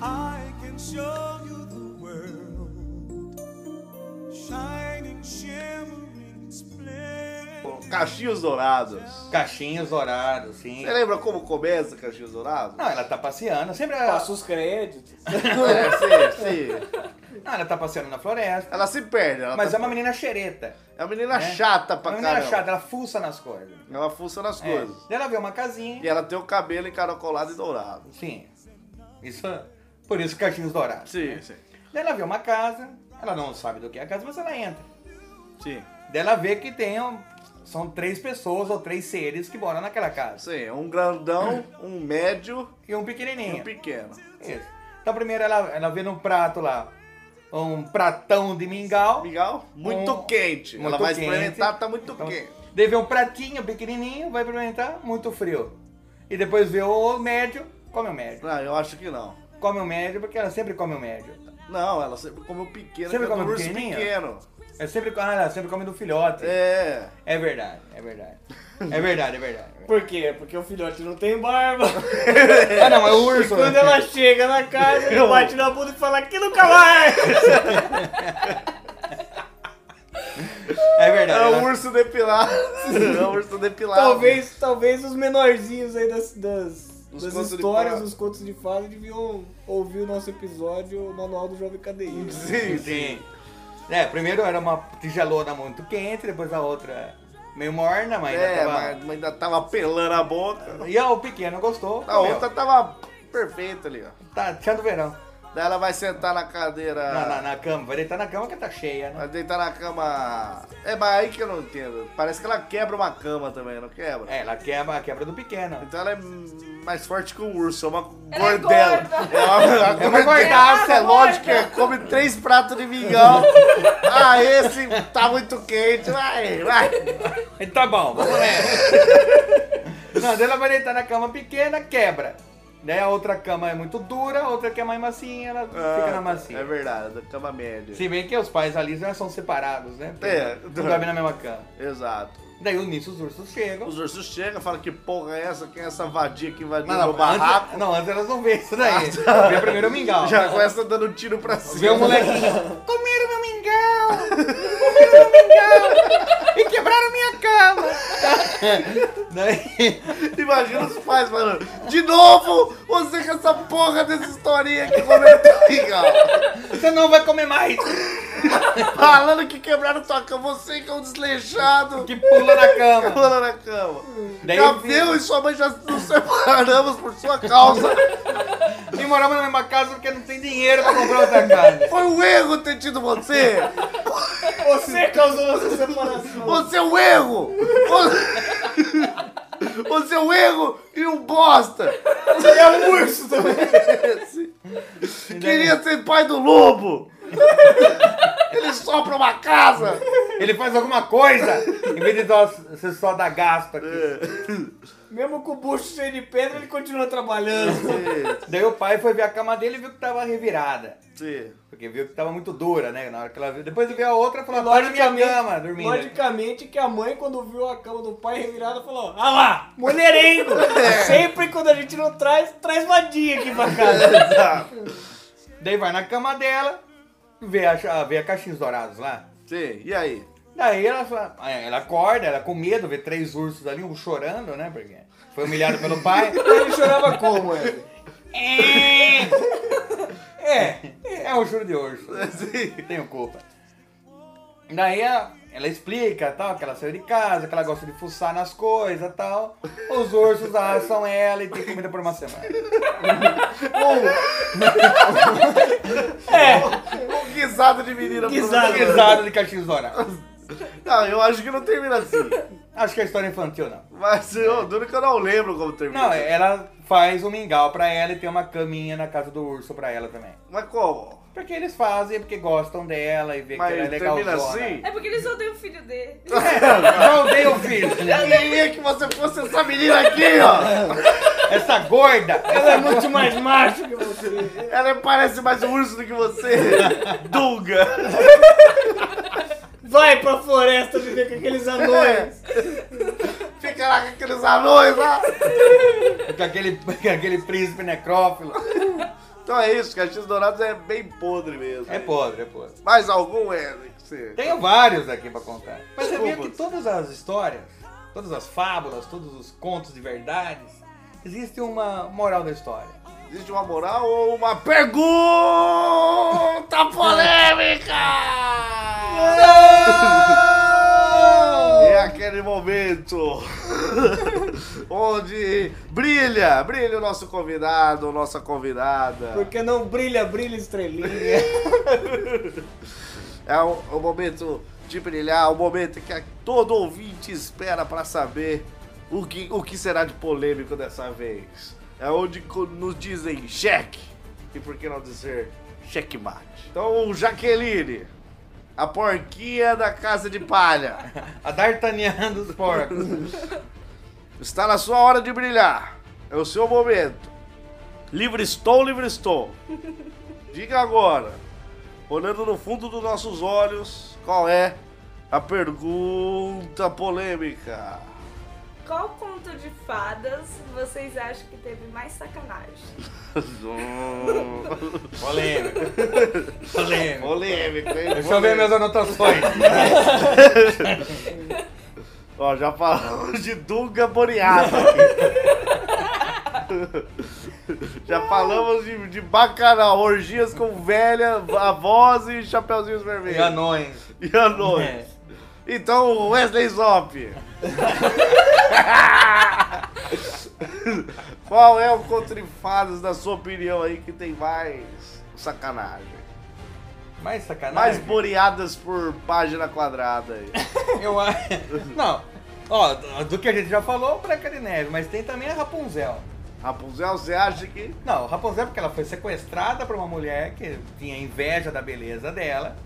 [SPEAKER 5] I can show you the world. Shining, shimmering, splendid.
[SPEAKER 6] Caixinhos Dourados.
[SPEAKER 4] Caixinhos dourados, sim.
[SPEAKER 6] Você lembra como começa Caixinhos Dourados?
[SPEAKER 4] Não, ela tá passeando. Sempre ela,
[SPEAKER 7] Passa os créditos.
[SPEAKER 6] <laughs> É, sim, sim.
[SPEAKER 4] não, ela tá passeando na floresta.
[SPEAKER 6] Ela se perde. Ela
[SPEAKER 4] Mas
[SPEAKER 6] tá-
[SPEAKER 4] é uma menina xereta.
[SPEAKER 6] é uma menina
[SPEAKER 4] né?
[SPEAKER 6] chata
[SPEAKER 4] Uma
[SPEAKER 6] pra
[SPEAKER 4] menina
[SPEAKER 6] caramba.
[SPEAKER 4] chata, ela fuça nas coisas.
[SPEAKER 6] Ela fuça nas
[SPEAKER 4] É.
[SPEAKER 6] coisas.
[SPEAKER 4] Daí Ela vê uma
[SPEAKER 6] E
[SPEAKER 4] casinha.
[SPEAKER 6] ela tem o cabelo encaracolado e dourado.
[SPEAKER 4] Sim. Isso. é Por isso caixinhos dourados.
[SPEAKER 6] Sim, sim.
[SPEAKER 4] Daí ela vê uma casa. Ela não sabe do que é a casa, mas ela entra.
[SPEAKER 6] Sim.
[SPEAKER 4] Daí ela vê que tem. um- São três pessoas ou três seres que moram naquela casa.
[SPEAKER 6] Sim, um grandão, um médio
[SPEAKER 4] E um
[SPEAKER 6] e
[SPEAKER 4] pequenininho.
[SPEAKER 6] um pequeno.
[SPEAKER 4] Isso. Então primeiro ela, ela vê num prato lá, um pratão de mingau.
[SPEAKER 6] Legal? Muito
[SPEAKER 4] Um-
[SPEAKER 6] quente.
[SPEAKER 4] muito
[SPEAKER 6] ela vai
[SPEAKER 4] quente.
[SPEAKER 6] experimentar, tá muito
[SPEAKER 4] Então,
[SPEAKER 6] quente.
[SPEAKER 4] Daí vê um pratinho pequenininho, vai experimentar, muito frio. E depois vê o médio, come o médio.
[SPEAKER 6] Não, Ah, eu acho que não.
[SPEAKER 4] Come o médio, porque ela sempre come o médio.
[SPEAKER 6] Não, ela sempre comeu pequeno.
[SPEAKER 4] Sempre
[SPEAKER 6] que é do
[SPEAKER 4] comeu
[SPEAKER 6] urso
[SPEAKER 4] pequenininho?
[SPEAKER 6] pequeno.
[SPEAKER 4] É sempre, ah, ela sempre come do filhote. É,
[SPEAKER 6] É.
[SPEAKER 4] verdade, é <laughs> verdade. É verdade, é verdade. é verdade.
[SPEAKER 7] Por quê? Porque o filhote não tem barba. <laughs>
[SPEAKER 4] Ah, não, é o urso.
[SPEAKER 7] Quando
[SPEAKER 4] né?
[SPEAKER 7] ela chega na casa, ele bate na bunda e fala que nunca mais.
[SPEAKER 4] É verdade.
[SPEAKER 6] É
[SPEAKER 4] ela-
[SPEAKER 6] um urso depilado. é um urso depilado.
[SPEAKER 7] Talvez, talvez os menorzinhos aí das, das,
[SPEAKER 6] Dos
[SPEAKER 7] das
[SPEAKER 6] contos de
[SPEAKER 7] histórias,
[SPEAKER 6] fada.
[SPEAKER 7] dos contos de fada, deviam ouvir o nosso episódio, o Manual do Jovem Cadeiro.
[SPEAKER 6] Sim, sim.
[SPEAKER 4] Sim. É, primeiro era uma tigelona muito quente, depois a outra meio morna, mas ainda
[SPEAKER 6] É,
[SPEAKER 4] tava-
[SPEAKER 6] mas, mas ainda tava pelando a boca.
[SPEAKER 4] E ó, o pequeno gostou.
[SPEAKER 6] A
[SPEAKER 4] comeu.
[SPEAKER 6] outra tava perfeita ali, ó.
[SPEAKER 4] Tá, tinha do verão.
[SPEAKER 6] Daí ela vai sentar na cadeira.
[SPEAKER 4] Na, na, na cama, vai deitar na cama que tá cheia, né?
[SPEAKER 6] Vai deitar na cama. É, mas aí que eu não entendo. Parece que ela quebra uma cama também, não quebra?
[SPEAKER 4] É, ela quebra, a quebra do pequeno.
[SPEAKER 6] Então ela é mais forte que o urso, é uma
[SPEAKER 8] Ela é
[SPEAKER 6] gordela.
[SPEAKER 8] gorda.
[SPEAKER 6] É uma,
[SPEAKER 4] É uma gordaça,
[SPEAKER 6] é
[SPEAKER 8] gorda.
[SPEAKER 6] lógico que come três pratos de <laughs> mingau. ah, esse tá muito quente, vai, vai.
[SPEAKER 4] Tá <laughs> bom, vamos nessa. É. Não, daí ela vai deitar na cama pequena, quebra. Daí a outra cama é muito dura, a outra que é mais macinha, ela fica na macia.
[SPEAKER 6] É verdade, da cama média.
[SPEAKER 4] Se bem que os pais ali já são separados, né?
[SPEAKER 6] É.
[SPEAKER 4] Não dormem na mesma cama.
[SPEAKER 6] Exato.
[SPEAKER 4] Daí nisso os ursos chegam.
[SPEAKER 6] Os ursos chegam, falam que porra é essa, quem é essa vadia que invadiu
[SPEAKER 4] Não,
[SPEAKER 6] meu
[SPEAKER 4] não, antes,
[SPEAKER 6] barraco? Ah, tá.
[SPEAKER 4] não, antes elas não veem isso daí. Vê primeiro o mingau.
[SPEAKER 6] Já começa dando um tiro pra cima.
[SPEAKER 4] Vê o molequinho. Comeram meu mingau! Comeram meu mingau! E quebraram minha cama! Daí,
[SPEAKER 6] Imagina os pais falando, de novo, você com essa porra dessa historinha que comentou, legal.
[SPEAKER 4] você não vai comer mais!
[SPEAKER 6] Falando que quebraram tua cama, você que é um desleixado.
[SPEAKER 4] Que um pula na cama!
[SPEAKER 6] Pulando na cama.
[SPEAKER 4] Daí
[SPEAKER 6] Já
[SPEAKER 4] eu vi-
[SPEAKER 6] viu e sua mãe já nos separamos por sua causa.
[SPEAKER 4] E moramos na mesma casa porque não tem dinheiro pra comprar outra casa.
[SPEAKER 6] Foi um erro ter tido você.
[SPEAKER 7] Você causou essa separação.
[SPEAKER 6] Você é um erro. Você, você é um erro e um bosta. Você é um urso também. Queria ser pai do lobo. Ele sopra uma casa.
[SPEAKER 4] Ele faz alguma coisa em vez de só- ser só da gasta aqui.
[SPEAKER 7] Mesmo com o bucho cheio de pedra, ele continua
[SPEAKER 6] <laughs>
[SPEAKER 7] trabalhando.
[SPEAKER 4] Daí o pai foi ver a cama dele e viu que tava revirada.
[SPEAKER 6] Sim.
[SPEAKER 4] Porque viu que tava muito dura, né? Na hora que ela viu. Depois viu a outra e falou: Tá na minha cama, dormindo.
[SPEAKER 7] Logicamente que a mãe, quando viu a cama do pai revirada, falou: Ah lá, mulherengo! Sempre quando a gente não traz, traz vadia aqui pra casa.
[SPEAKER 4] <laughs> Daí vai na cama dela, vê a, cha- vê a caixinhos dourados lá.
[SPEAKER 6] Sim. E aí?
[SPEAKER 4] Daí ela, fa- aí ela acorda, ela com medo, vê três ursos ali, um chorando, né? Porque foi humilhado pelo pai.
[SPEAKER 7] Ele chorava como, ele?
[SPEAKER 4] É, é um choro de urso.
[SPEAKER 6] Sim.
[SPEAKER 4] Tenho culpa. Daí a- ela explica, tal, que ela saiu de casa, que ela gosta de fuçar nas coisas, tal. Os ursos assam ela e tem comida por uma semana.
[SPEAKER 6] Um guisado de menina.
[SPEAKER 7] Guisado.
[SPEAKER 6] por um-
[SPEAKER 4] Guisado né? de caixinhos dourados.
[SPEAKER 6] Não, eu acho que não termina assim.
[SPEAKER 4] Acho que é história infantil, não.
[SPEAKER 6] Mas eu, duro que eu não lembro como termina.
[SPEAKER 4] Não, é. ela faz um mingau pra ela e tem uma caminha na casa do urso pra ela também.
[SPEAKER 6] Mas como?
[SPEAKER 4] Porque eles fazem, é porque gostam dela e vê que ela é
[SPEAKER 6] Mas
[SPEAKER 4] legal.
[SPEAKER 6] termina assim?
[SPEAKER 8] É porque eles odeiam o filho
[SPEAKER 4] <laughs>
[SPEAKER 8] dele.
[SPEAKER 4] Já odeio o filho, né?
[SPEAKER 6] Eu queria que você fosse essa menina aqui, ó.
[SPEAKER 4] Essa gorda!
[SPEAKER 7] Ela é muito mais macho que você.
[SPEAKER 6] Ela parece mais um urso do que
[SPEAKER 4] <laughs>
[SPEAKER 6] você. Dunga.
[SPEAKER 7] Vai pra floresta viver com aqueles anões. <laughs>
[SPEAKER 6] Fica lá com aqueles anões lá.
[SPEAKER 4] Com aquele, <laughs> com aquele príncipe necrófilo.
[SPEAKER 6] Então é isso, Caxias Dourados é bem podre mesmo.
[SPEAKER 4] É podre, é podre.
[SPEAKER 6] Mais algum, é? Sim.
[SPEAKER 4] Tenho vários aqui pra contar. Mas você viu
[SPEAKER 6] Desculpa.
[SPEAKER 4] que todas as histórias, todas as fábulas, todos os contos de verdades, existe uma moral da história.
[SPEAKER 6] Existe uma moral ou uma pergunta polêmica? É aquele momento <laughs> onde brilha, brilha o nosso convidado, nossa convidada.
[SPEAKER 7] Porque não brilha, brilha estrelinha.
[SPEAKER 6] É o, o momento de brilhar, é o momento que a- todo ouvinte espera pra saber o que, o que será de polêmico dessa vez. É onde co- nos dizem cheque. E por que não dizer checkmate? Então, Jaqueline, a porquinha da casa de palha,
[SPEAKER 4] <laughs> A D'Artagnan dos porcos.
[SPEAKER 6] está na sua hora de brilhar. É o seu momento. Livre estou, livre
[SPEAKER 4] <laughs>
[SPEAKER 6] estou. Diga agora, olhando no fundo dos nossos olhos, qual é a pergunta
[SPEAKER 4] <laughs>
[SPEAKER 6] polêmica?
[SPEAKER 8] Qual conto de fadas vocês acham que teve mais sacanagem?
[SPEAKER 4] Polêmico. Polêmico.
[SPEAKER 6] polêmica, hein?
[SPEAKER 4] Deixa eu ver minhas anotações.
[SPEAKER 6] Ó, já falamos de Dunga Boreata
[SPEAKER 4] <laughs>
[SPEAKER 6] aqui. já falamos de, de bacanal, orgias com velha, avós e chapeuzinhos vermelhos.
[SPEAKER 4] E anões.
[SPEAKER 6] E anões.
[SPEAKER 4] É.
[SPEAKER 6] Então, Wesley
[SPEAKER 4] <laughs>
[SPEAKER 6] Zop. Qual é o contrifados, na sua opinião, aí, que tem mais sacanagem.
[SPEAKER 4] Mais
[SPEAKER 6] Mais
[SPEAKER 4] sacanagem.
[SPEAKER 6] boreadas por página quadrada aí. <laughs>
[SPEAKER 4] Eu acho. <laughs> Não. Ó, do do que a gente já falou, Branca de Neve, mas tem também a Rapunzel.
[SPEAKER 6] Rapunzel, você acha que.
[SPEAKER 4] Não, Rapunzel porque ela foi sequestrada por uma mulher que tinha inveja da beleza dela.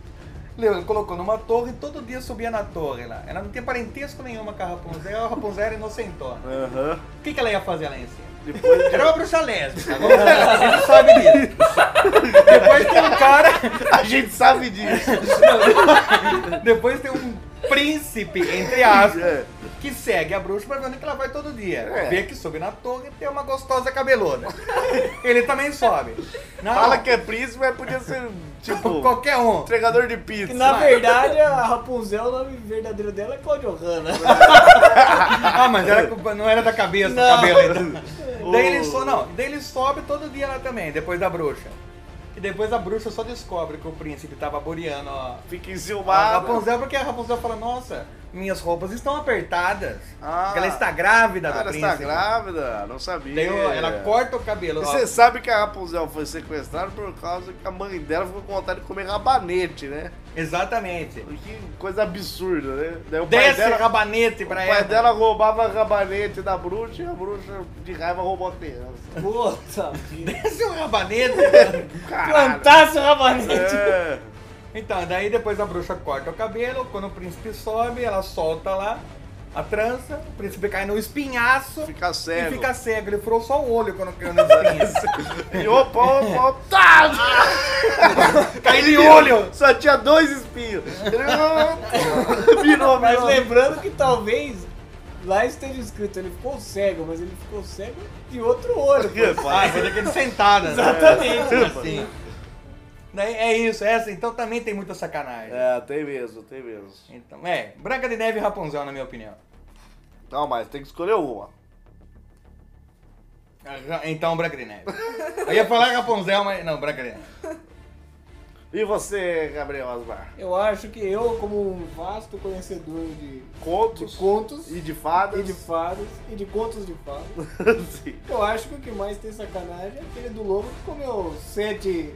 [SPEAKER 4] Le- Colocou numa torre e todo dia subia na torre lá. Ela não tinha parentesco nenhuma com a Rapunzel, a Rapunzel era inocentona.
[SPEAKER 6] Aham.
[SPEAKER 4] O que, que ela ia fazer lá em cima?
[SPEAKER 6] Depois
[SPEAKER 4] Era uma bruxa lésbica, vamos lá, a gente sabe disso. Depois tem um cara,
[SPEAKER 6] <laughs>
[SPEAKER 4] <laughs>
[SPEAKER 6] a gente sabe disso.
[SPEAKER 4] depois tem um príncipe, entre aspas,
[SPEAKER 6] É.
[SPEAKER 4] que segue a bruxa pra ver onde que ela vai todo dia.
[SPEAKER 6] É.
[SPEAKER 4] Vê que sobe na torre e tem uma gostosa cabeluda. Ele também sobe. Não,
[SPEAKER 6] Fala que é príncipe, mas podia ser tipo
[SPEAKER 4] qualquer um.
[SPEAKER 6] entregador de pizza.
[SPEAKER 7] Que
[SPEAKER 4] é
[SPEAKER 7] na verdade a Rapunzel, o nome verdadeiro dela é Claudio Hanna.
[SPEAKER 4] Ah, mas era, com- não era da cabeça
[SPEAKER 7] Não.
[SPEAKER 4] o cabelo ainda.
[SPEAKER 6] O-
[SPEAKER 4] Daí ele, so, não, daí ele sobe todo dia lá também, depois da bruxa. E depois a bruxa só descobre que o príncipe tava boreando a,
[SPEAKER 6] Fica
[SPEAKER 4] a
[SPEAKER 6] enciumado.
[SPEAKER 4] Ah, Rapunzel, porque a Rapunzel fala, nossa, minhas roupas estão apertadas.
[SPEAKER 6] Ah.
[SPEAKER 4] Porque ela está grávida do
[SPEAKER 6] Cara, você
[SPEAKER 4] é príncipe.
[SPEAKER 6] tá grávida? é Não sabia.
[SPEAKER 4] Daí o- ela corta o cabelo.
[SPEAKER 6] E
[SPEAKER 4] ó.
[SPEAKER 6] você sabe que a Rapunzel foi sequestrada por causa que a mãe dela ficou com vontade de comer rabanete, né?
[SPEAKER 4] Exatamente.
[SPEAKER 6] Que coisa absurda, né? Daí o pai
[SPEAKER 4] Desce
[SPEAKER 6] dela,
[SPEAKER 4] rabanete
[SPEAKER 6] o
[SPEAKER 4] pra
[SPEAKER 6] pai
[SPEAKER 4] ela.
[SPEAKER 6] dela roubava rabanete da bruxa e a bruxa de raiva roubou a criança.
[SPEAKER 7] <laughs> Puta vida.
[SPEAKER 4] <laughs> Desce um rabanete. mano.
[SPEAKER 6] Caralho.
[SPEAKER 7] Plantasse o rabanete.
[SPEAKER 6] É.
[SPEAKER 4] Então, daí depois a bruxa corta o cabelo, quando o príncipe sobe, ela solta lá a trança, o príncipe cai no espinhaço
[SPEAKER 6] Fica
[SPEAKER 4] e
[SPEAKER 6] cego.
[SPEAKER 4] fica cego. Ele furou só o olho quando <laughs> caiu no espinhaço.
[SPEAKER 6] E opa, opa,
[SPEAKER 4] <laughs>
[SPEAKER 6] opa. Tá!
[SPEAKER 4] caiu de olho!
[SPEAKER 6] Só tinha dois espinhos. <laughs> Ele- Virou,
[SPEAKER 7] Mas
[SPEAKER 6] virou.
[SPEAKER 7] lembrando que talvez lá esteja escrito, ele ficou cego, mas ele ficou cego de outro olho. pô.
[SPEAKER 4] Ah, foi daquele sentado.
[SPEAKER 7] Exatamente.
[SPEAKER 4] né? Assim. Daí é isso, essa então também tem muita sacanagem.
[SPEAKER 6] É, tem mesmo, tem mesmo.
[SPEAKER 4] Então, é, Branca de Neve e Rapunzel, na minha opinião.
[SPEAKER 6] Não, mas tem que escolher uma.
[SPEAKER 4] Então, Branca de Neve. <laughs> Eu ia falar Rapunzel, mas não, Branca de Neve.
[SPEAKER 6] E você, Gabriel Asmar?
[SPEAKER 7] Eu acho que eu, como um vasto conhecedor de,
[SPEAKER 6] Contos
[SPEAKER 7] de contos
[SPEAKER 6] e de fadas?
[SPEAKER 7] e de fadas, e de contos de fadas,
[SPEAKER 6] <laughs> Sim.
[SPEAKER 7] eu acho que o que mais tem sacanagem é aquele do lobo que comeu sete,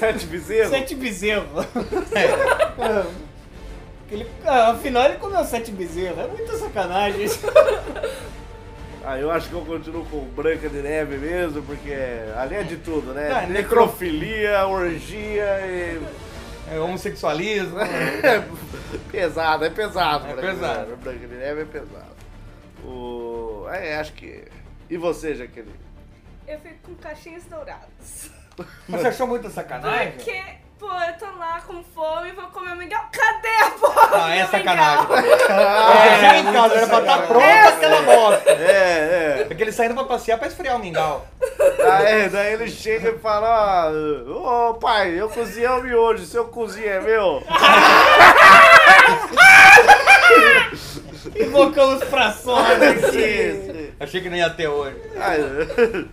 [SPEAKER 6] Sete bezerros?
[SPEAKER 7] sete bezerros. É. Aquele, ah, afinal, ele comeu sete bezerros. É muita sacanagem.
[SPEAKER 6] Ah, eu acho que eu continuo com Branca de Neve mesmo, porque ali é de tudo, né?
[SPEAKER 4] Ah,
[SPEAKER 6] Necrofilia, orgia e...
[SPEAKER 4] É, <laughs> homossexualismo.
[SPEAKER 6] <laughs> É pesado, é pesado.
[SPEAKER 4] É
[SPEAKER 6] Branca de
[SPEAKER 4] pesado.
[SPEAKER 6] Neve. Branca de Neve é pesado. O... É, acho que... E você, <laughs> Jaqueline?
[SPEAKER 8] Eu fico com caixinhas douradas.
[SPEAKER 4] Você achou muita sacanagem?
[SPEAKER 8] Porque, pô, eu tô lá com fome, vou comer o mingau. Cadê a porra?
[SPEAKER 4] Ah, é
[SPEAKER 8] do
[SPEAKER 4] sacanagem.
[SPEAKER 8] mingau?
[SPEAKER 4] É, já em casa, era pra estar pronta aquela bosta.
[SPEAKER 6] Ah, É, é.
[SPEAKER 4] Porque eles saíram pra passear pra esfriar o mingau.
[SPEAKER 6] Daí, daí ele chega e fala, ó, ô pai, eu cozinhei o miojo, seu cozinho é meu?
[SPEAKER 7] Invocamos pra sorte.
[SPEAKER 6] <laughs> Sim, sim.
[SPEAKER 4] Achei que não ia ter hoje.
[SPEAKER 6] Ai, <laughs>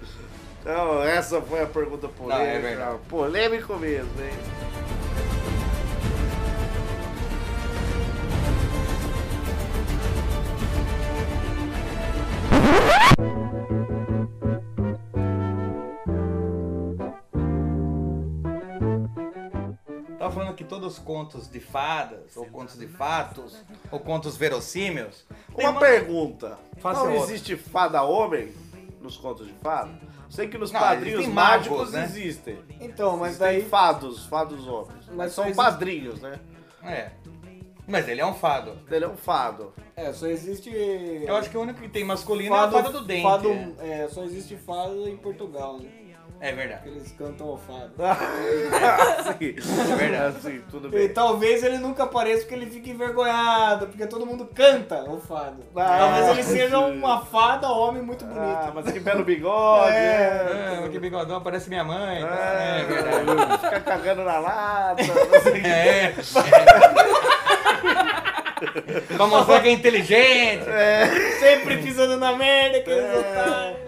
[SPEAKER 6] Então, essa foi a pergunta polêmica.
[SPEAKER 4] Não, é verdade.
[SPEAKER 6] Polêmico mesmo, hein?
[SPEAKER 4] Tava falando que todos os contos de fadas, ou contos de fatos, ou contos verossímil.
[SPEAKER 6] Uma, pergunta.
[SPEAKER 4] Faça
[SPEAKER 6] não
[SPEAKER 4] outra.
[SPEAKER 6] existe fada homem nos contos de fada? Sei que nos
[SPEAKER 4] Não,
[SPEAKER 6] padrinhos
[SPEAKER 4] existem
[SPEAKER 6] mágicos
[SPEAKER 4] magos, né?
[SPEAKER 6] existem.
[SPEAKER 7] Então, mas
[SPEAKER 6] Existem
[SPEAKER 7] daí
[SPEAKER 6] fados, fados homens. Mas
[SPEAKER 7] Mas
[SPEAKER 6] são
[SPEAKER 7] só existe-
[SPEAKER 6] padrinhos, né?
[SPEAKER 4] É. Mas ele é um fado.
[SPEAKER 6] Ele é um fado.
[SPEAKER 7] É, só existe.
[SPEAKER 4] Eu acho que o único que tem masculino é a fada do dente.
[SPEAKER 7] fado-
[SPEAKER 4] né?
[SPEAKER 7] é, só existe fado em Portugal, né?
[SPEAKER 4] É verdade.
[SPEAKER 7] Eles cantam o fado.
[SPEAKER 6] Sim,
[SPEAKER 4] É verdade.
[SPEAKER 6] Sim, Assim, tudo
[SPEAKER 7] E
[SPEAKER 6] bem.
[SPEAKER 7] talvez ele tá nunca apareça porque ele fica envergonhado, porque todo mundo canta o fado. talvez ele seja uma fada homem muito bonita.
[SPEAKER 6] Ah, mas que belo bigode. É,
[SPEAKER 4] Ah, que bigodão, parece minha
[SPEAKER 6] é,
[SPEAKER 4] mãe. É, verdade.
[SPEAKER 6] <laughs> Fica cagando na lata. não sei o quê.
[SPEAKER 4] É. pra mostrar que é inteligente.
[SPEAKER 7] Sempre pisando na merda, que eles não tá.
[SPEAKER 6] É.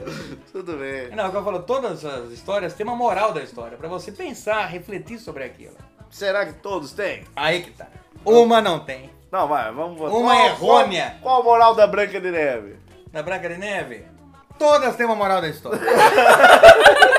[SPEAKER 6] Tudo bem.
[SPEAKER 4] Não, como eu falo, todas as histórias têm uma moral da história, pra você pensar, refletir sobre aquilo.
[SPEAKER 6] Será que todos têm?
[SPEAKER 4] Aí que tá. Uma não tem.
[SPEAKER 6] Não, vai, vamos votar.
[SPEAKER 4] Uma
[SPEAKER 6] Qual-
[SPEAKER 4] errônea.
[SPEAKER 6] Qual, qual a moral da Branca de Neve?
[SPEAKER 4] Na Branca de Neve, todas têm uma moral da
[SPEAKER 6] <laughs>
[SPEAKER 4] história.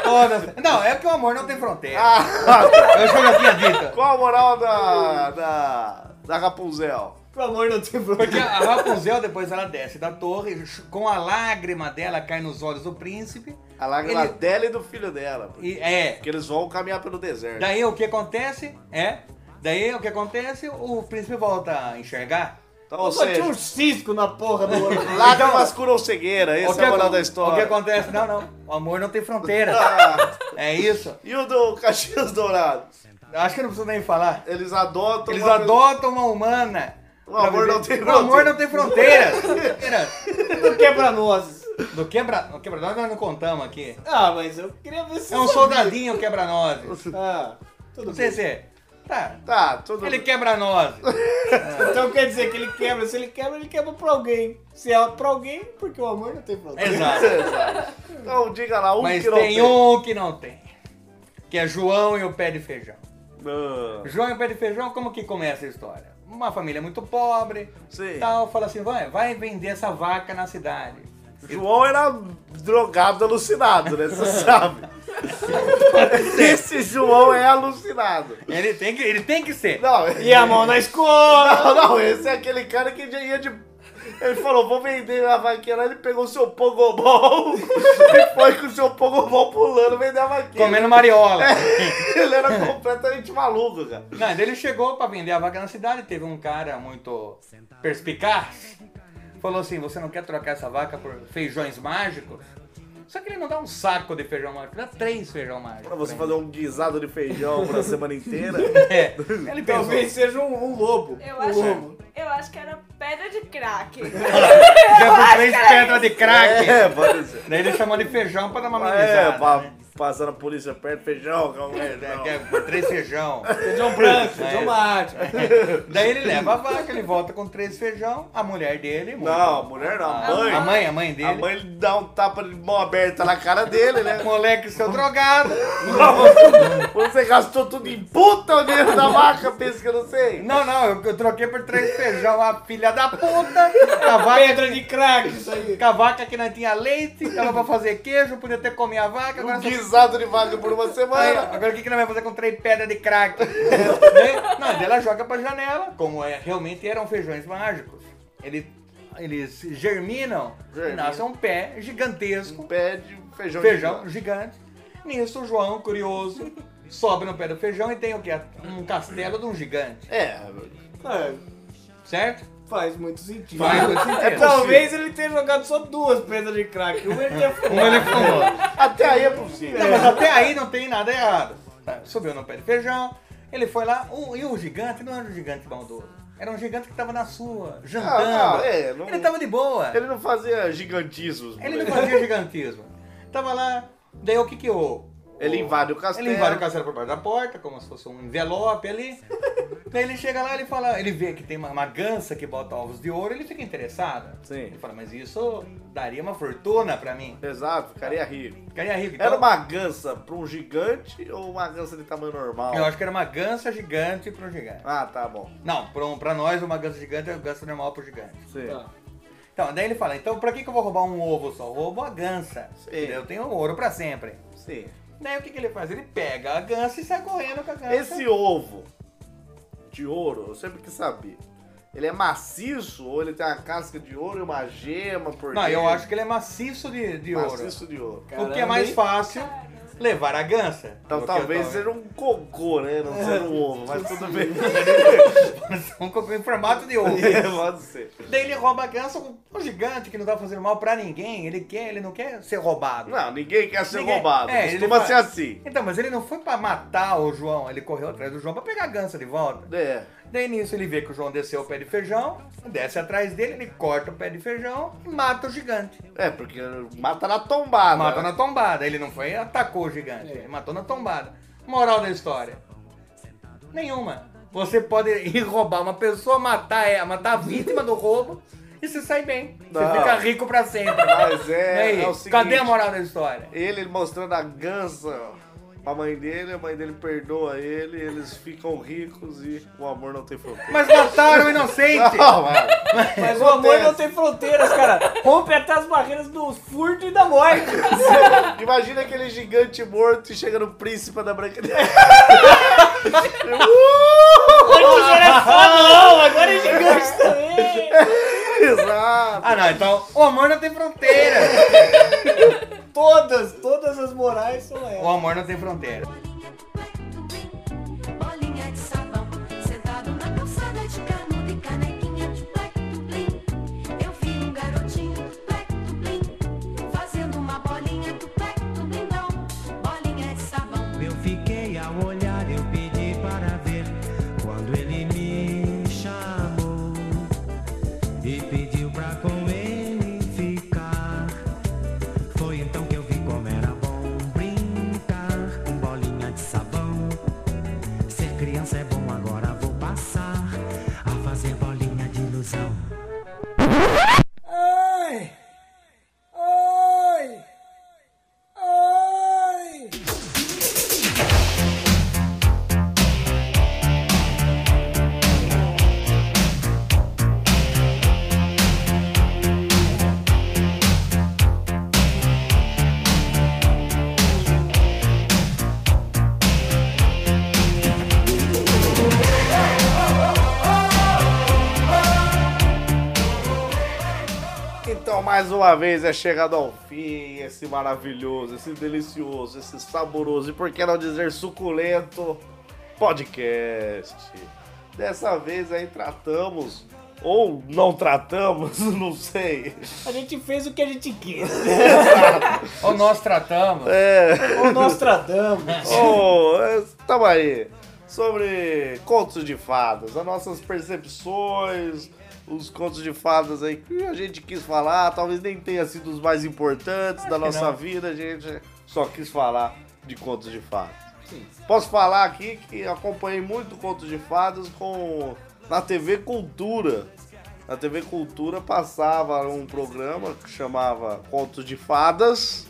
[SPEAKER 4] todas. Não, é que o amor não tem fronteira. Eu já já tinha dito.
[SPEAKER 6] Ah, <laughs> Qual a moral da. da. da Rapunzel?
[SPEAKER 7] Pelo amor, não tem
[SPEAKER 4] Porque
[SPEAKER 7] problema.
[SPEAKER 4] a Rapunzel, depois ela desce da torre, com a lágrima dela cai nos olhos do príncipe.
[SPEAKER 6] A lágrima
[SPEAKER 4] Ele-
[SPEAKER 6] dela e do filho dela. Porque
[SPEAKER 4] E é.
[SPEAKER 6] porque eles vão caminhar pelo deserto.
[SPEAKER 4] Daí o que acontece? É. Daí o que acontece? O príncipe volta a enxergar.
[SPEAKER 6] Então, ou
[SPEAKER 7] Só tinha
[SPEAKER 6] seja,
[SPEAKER 7] um cisco na porra <laughs> do olho.
[SPEAKER 6] lágrimas curam cegueira,
[SPEAKER 4] então- O
[SPEAKER 6] essa
[SPEAKER 4] que
[SPEAKER 6] é a moral
[SPEAKER 4] acon-
[SPEAKER 6] da
[SPEAKER 4] O que
[SPEAKER 6] história.
[SPEAKER 4] acontece? Não, não. O amor não tem <laughs> fronteira.
[SPEAKER 6] Ah,
[SPEAKER 4] É isso.
[SPEAKER 6] <laughs> e o do Caxias Dourados?
[SPEAKER 4] Acho que não preciso nem falar.
[SPEAKER 6] Eles adotam.
[SPEAKER 4] Eles
[SPEAKER 6] uma-
[SPEAKER 4] adotam uma humana.
[SPEAKER 6] O amor não tem
[SPEAKER 4] Então O amor não tem <laughs> fronteiras.
[SPEAKER 7] Não quebra nós.
[SPEAKER 4] Do quebra... O quebra nós não contamos aqui.
[SPEAKER 7] Ah, mas eu queria ver se.
[SPEAKER 4] É um
[SPEAKER 7] você
[SPEAKER 4] soldadinho quebra nozes.
[SPEAKER 7] sabia. <laughs> Ah, tudo
[SPEAKER 4] Não
[SPEAKER 7] bem.
[SPEAKER 4] sei se... Tá.
[SPEAKER 6] Tá, tudo
[SPEAKER 4] Ele quebra <laughs> nozes.
[SPEAKER 7] Então quer dizer que ele quebra. Se ele quebra, ele quebra pra alguém. Se é pra alguém, porque o amor não tem problema.
[SPEAKER 4] Exato. <laughs>
[SPEAKER 6] Exato. <laughs> Então diga lá, um
[SPEAKER 4] Mas
[SPEAKER 6] que não
[SPEAKER 4] tem um que não tem. Que é João e o pé de feijão.
[SPEAKER 6] Ah,
[SPEAKER 4] João e o pé de feijão, como que começa a história? Uma família muito pobre,
[SPEAKER 6] Sim.
[SPEAKER 4] tal, fala assim, vai, vai vender essa vaca na cidade.
[SPEAKER 6] João era drogado, alucinado, né? Você sabe. Esse João é alucinado.
[SPEAKER 4] Ele tem que, ele tem que ser.
[SPEAKER 6] Não,
[SPEAKER 7] E a mão na escola.
[SPEAKER 6] Não, não, esse é aquele cara que já ia de. Ele falou, vou vender a vaquinha lá, ele pegou o seu pogobol <laughs> e foi com o seu pogobol pulando vender a vaquinha.
[SPEAKER 4] Comendo mariola.
[SPEAKER 6] Ele era completamente maluco, cara.
[SPEAKER 4] Não, daí ele chegou pra vender a vaca na cidade, teve um cara muito perspicaz, falou assim, você não quer trocar essa vaca por feijões mágicos? Só que ele não dá um saco de feijão mágico, dá três feijão mágicos.
[SPEAKER 6] Pra você fazer um guisado de feijão pra semana inteira.
[SPEAKER 4] É, ele pensou,
[SPEAKER 7] Talvez seja um, um lobo.
[SPEAKER 8] Eu
[SPEAKER 7] um
[SPEAKER 8] acho,
[SPEAKER 4] Uhum.
[SPEAKER 7] lobo.
[SPEAKER 8] eu acho que era pedra de
[SPEAKER 4] <laughs>
[SPEAKER 8] crack.
[SPEAKER 4] quer por três pedras de crack.
[SPEAKER 6] É, pode ser.
[SPEAKER 4] Daí ele chamou de feijão pra dar uma
[SPEAKER 6] É,
[SPEAKER 7] né?
[SPEAKER 4] amenizada.
[SPEAKER 6] pa- passando a polícia perto, feijão, calma aí,
[SPEAKER 4] É,
[SPEAKER 6] não.
[SPEAKER 4] que é por três feijão.
[SPEAKER 7] Feijão um branco,
[SPEAKER 4] É.
[SPEAKER 7] feijão mate.
[SPEAKER 4] Daí ele leva a vaca, ele volta com três feijão, a mulher dele...
[SPEAKER 6] Não, mulher não,
[SPEAKER 4] a
[SPEAKER 6] a mãe.
[SPEAKER 4] Ah, A mãe, a mãe dele.
[SPEAKER 6] A mãe dá um tapa de mão aberta na cara dele, né?
[SPEAKER 4] Moleque, seu drogado.
[SPEAKER 6] Você gastou tudo em puta o dinheiro da vaca, pensa que eu não sei.
[SPEAKER 4] Não, não, eu, eu troquei por três feijão, a filha da puta. A vaca,
[SPEAKER 7] Pedra de crack, isso aí.
[SPEAKER 4] com a vaca que não tinha leite, dava pra fazer queijo, podia ter comido a vaca. Agora,
[SPEAKER 6] Um
[SPEAKER 4] só-
[SPEAKER 6] guisado de vaca por uma
[SPEAKER 4] Aí,
[SPEAKER 6] semana.
[SPEAKER 4] agora o que, que nós vamos fazer com três pedras de crack?
[SPEAKER 6] <laughs>
[SPEAKER 4] Né? não, daí ela joga pra janela, como é, realmente eram feijões mágicos. Ele- eles germinam, e
[SPEAKER 6] Germina.
[SPEAKER 4] nasce um pé gigantesco.
[SPEAKER 6] Um pé de feijão.
[SPEAKER 4] feijão
[SPEAKER 6] de
[SPEAKER 4] gigante. Nisso, o João, curioso, sobe no pé do feijão e tem o quê? Um castelo de um gigante,
[SPEAKER 6] É.
[SPEAKER 7] É,
[SPEAKER 4] certo?
[SPEAKER 7] faz muito sentido.
[SPEAKER 4] Faz muito sentido.
[SPEAKER 7] É, talvez ele tenha jogado só duas pedras de crack. Uma ele tinha <laughs>
[SPEAKER 4] Um elefante.
[SPEAKER 6] Até aí é possível.
[SPEAKER 4] Não, mas até aí não tem nada errado. Tá, Subiu no pé de feijão, ele foi lá, o- e o gigante não era um gigante maldoso. Era um gigante que tava na sua,
[SPEAKER 6] Ah,
[SPEAKER 4] jantando.
[SPEAKER 6] Não, não, é, não-
[SPEAKER 4] Ele tava de boa.
[SPEAKER 6] Ele não fazia gigantismos.
[SPEAKER 4] Ele
[SPEAKER 6] moleque.
[SPEAKER 4] não
[SPEAKER 6] <laughs>
[SPEAKER 4] fazia gigantismo. Tava lá, daí o que que o...
[SPEAKER 6] Ele
[SPEAKER 4] o-
[SPEAKER 6] invade o castelo.
[SPEAKER 4] Ele invade o castelo por baixo da porta, como se fosse um envelope ali. daí ele chega lá, ele fala, ele vê que tem uma, uma gança que bota ovos de ouro, ele fica interessado.
[SPEAKER 6] Sim.
[SPEAKER 4] Ele fala, mas isso daria uma fortuna pra mim.
[SPEAKER 6] Exato, ficaria rico.
[SPEAKER 4] Ficaria rico.
[SPEAKER 6] Era
[SPEAKER 4] Então,
[SPEAKER 6] uma gança pra um gigante ou uma gança de tamanho normal?
[SPEAKER 4] Eu acho que era uma gança gigante pra um gigante.
[SPEAKER 6] Ah, tá bom.
[SPEAKER 4] Não, pra, um- pra nós uma ganso gigante é um ganso normal pro gigante.
[SPEAKER 6] Sim.
[SPEAKER 7] Tá.
[SPEAKER 4] Então, daí ele fala, então pra que, que eu vou roubar um ovo só? Eu roubo a gansa.
[SPEAKER 6] Sim.
[SPEAKER 4] Eu tenho ouro pra sempre.
[SPEAKER 6] Sim.
[SPEAKER 4] Daí Né, o que, que ele faz? Ele pega a gansa e sai correndo com a gansa.
[SPEAKER 6] Esse ovo de ouro, eu sempre quis saber. Ele é maciço ou ele tem uma casca de ouro e uma gema por
[SPEAKER 4] Não, eu
[SPEAKER 6] dentro?
[SPEAKER 4] acho que ele é maciço de, de ouro.
[SPEAKER 6] Maciço de ouro.
[SPEAKER 4] O que é mais fácil, levar a gansa.
[SPEAKER 6] Então
[SPEAKER 4] Porque
[SPEAKER 6] talvez
[SPEAKER 4] eu
[SPEAKER 6] seja um cocô, né? Não
[SPEAKER 4] É.
[SPEAKER 6] seja um ovo, mas tudo
[SPEAKER 4] <laughs>
[SPEAKER 6] bem. <laughs>
[SPEAKER 4] Um cocô em formato de ovo.
[SPEAKER 6] Pode ser.
[SPEAKER 4] Daí ele rouba a gansa, um um gigante que não tá fazendo mal pra ninguém. Ele quer, ele não quer ser roubado.
[SPEAKER 6] Não, ninguém quer ser
[SPEAKER 4] Ninguém-
[SPEAKER 6] roubado.
[SPEAKER 4] é, ele
[SPEAKER 6] Costuma
[SPEAKER 4] faz-
[SPEAKER 6] ser assim.
[SPEAKER 4] Então, mas ele não foi pra matar o João, ele correu atrás do João pra pegar a gansa de volta.
[SPEAKER 6] É.
[SPEAKER 4] Daí nisso ele vê que o João desceu o pé de feijão, desce atrás dele, ele corta o pé de feijão e mata o gigante.
[SPEAKER 6] É, porque mata na tombada.
[SPEAKER 4] Mata
[SPEAKER 6] né?
[SPEAKER 4] na tombada. Ele não foi e atacou o gigante,
[SPEAKER 6] É.
[SPEAKER 4] ele matou na tombada. Moral da história. Nenhuma. Você pode <laughs> ir roubar uma pessoa, matar ela, matar a vítima do roubo e você sai bem. Você
[SPEAKER 6] Não.
[SPEAKER 4] fica rico pra sempre.
[SPEAKER 6] Mas é,
[SPEAKER 4] E aí,
[SPEAKER 6] é o seguinte.
[SPEAKER 4] cadê a moral da história?
[SPEAKER 6] Ele mostrando a gança a mãe dele, a mãe dele perdoa ele, eles ficam ricos e o amor não tem fronteira.
[SPEAKER 4] Mas mataram o inocente!
[SPEAKER 6] Não, mano.
[SPEAKER 7] Mas o amor não tem fronteiras, cara. Rompe até as barreiras do furto e da morte.
[SPEAKER 6] <laughs> Imagina aquele gigante morto e chega no príncipe da Branca <laughs> de
[SPEAKER 7] Antes era só não, agora é gigante também.
[SPEAKER 6] Exato.
[SPEAKER 4] Ah não, então o amor não tem fronteira!
[SPEAKER 7] Todas, todas as morais são
[SPEAKER 4] O
[SPEAKER 7] elas.
[SPEAKER 4] amor não tem fronteira.
[SPEAKER 10] Bolinha do peito, blim, bolinha de sabão, sentado na calçada de canudo e canequinha de peito, blim. Eu vi um garotinho do peito, blim, fazendo uma bolinha do peito, blindão, bolinha de sabão.
[SPEAKER 5] Eu fiquei a olhar, eu pedi para ver quando ele me chamou e pediu pra com ele ficar. Foi então que eu vi como era bom brincar com bolinha de sabão. Ser criança é bom, agora vou passar a fazer bolinha de ilusão.
[SPEAKER 6] Então, mais uma vez, é chegado ao fim esse maravilhoso, esse delicioso, esse saboroso e, por que não dizer, suculento podcast. Dessa vez aí tratamos, ou não tratamos, <laughs> não sei.
[SPEAKER 7] A gente fez o que a gente quis.
[SPEAKER 4] Ou nós tratamos.
[SPEAKER 6] É.
[SPEAKER 7] Ou nós tratamos.
[SPEAKER 6] Oh, é, <laughs> tamo aí. Sobre contos de fadas, as nossas percepções, os contos de fadas aí que a gente quis falar, talvez nem tenha sido os mais importantes da nossa
[SPEAKER 4] não.
[SPEAKER 6] vida, a gente só quis falar de contos de fadas. Posso falar aqui que acompanhei muito contos de fadas com na TV Cultura. Na TV Cultura passava um programa que chamava Contos de Fadas,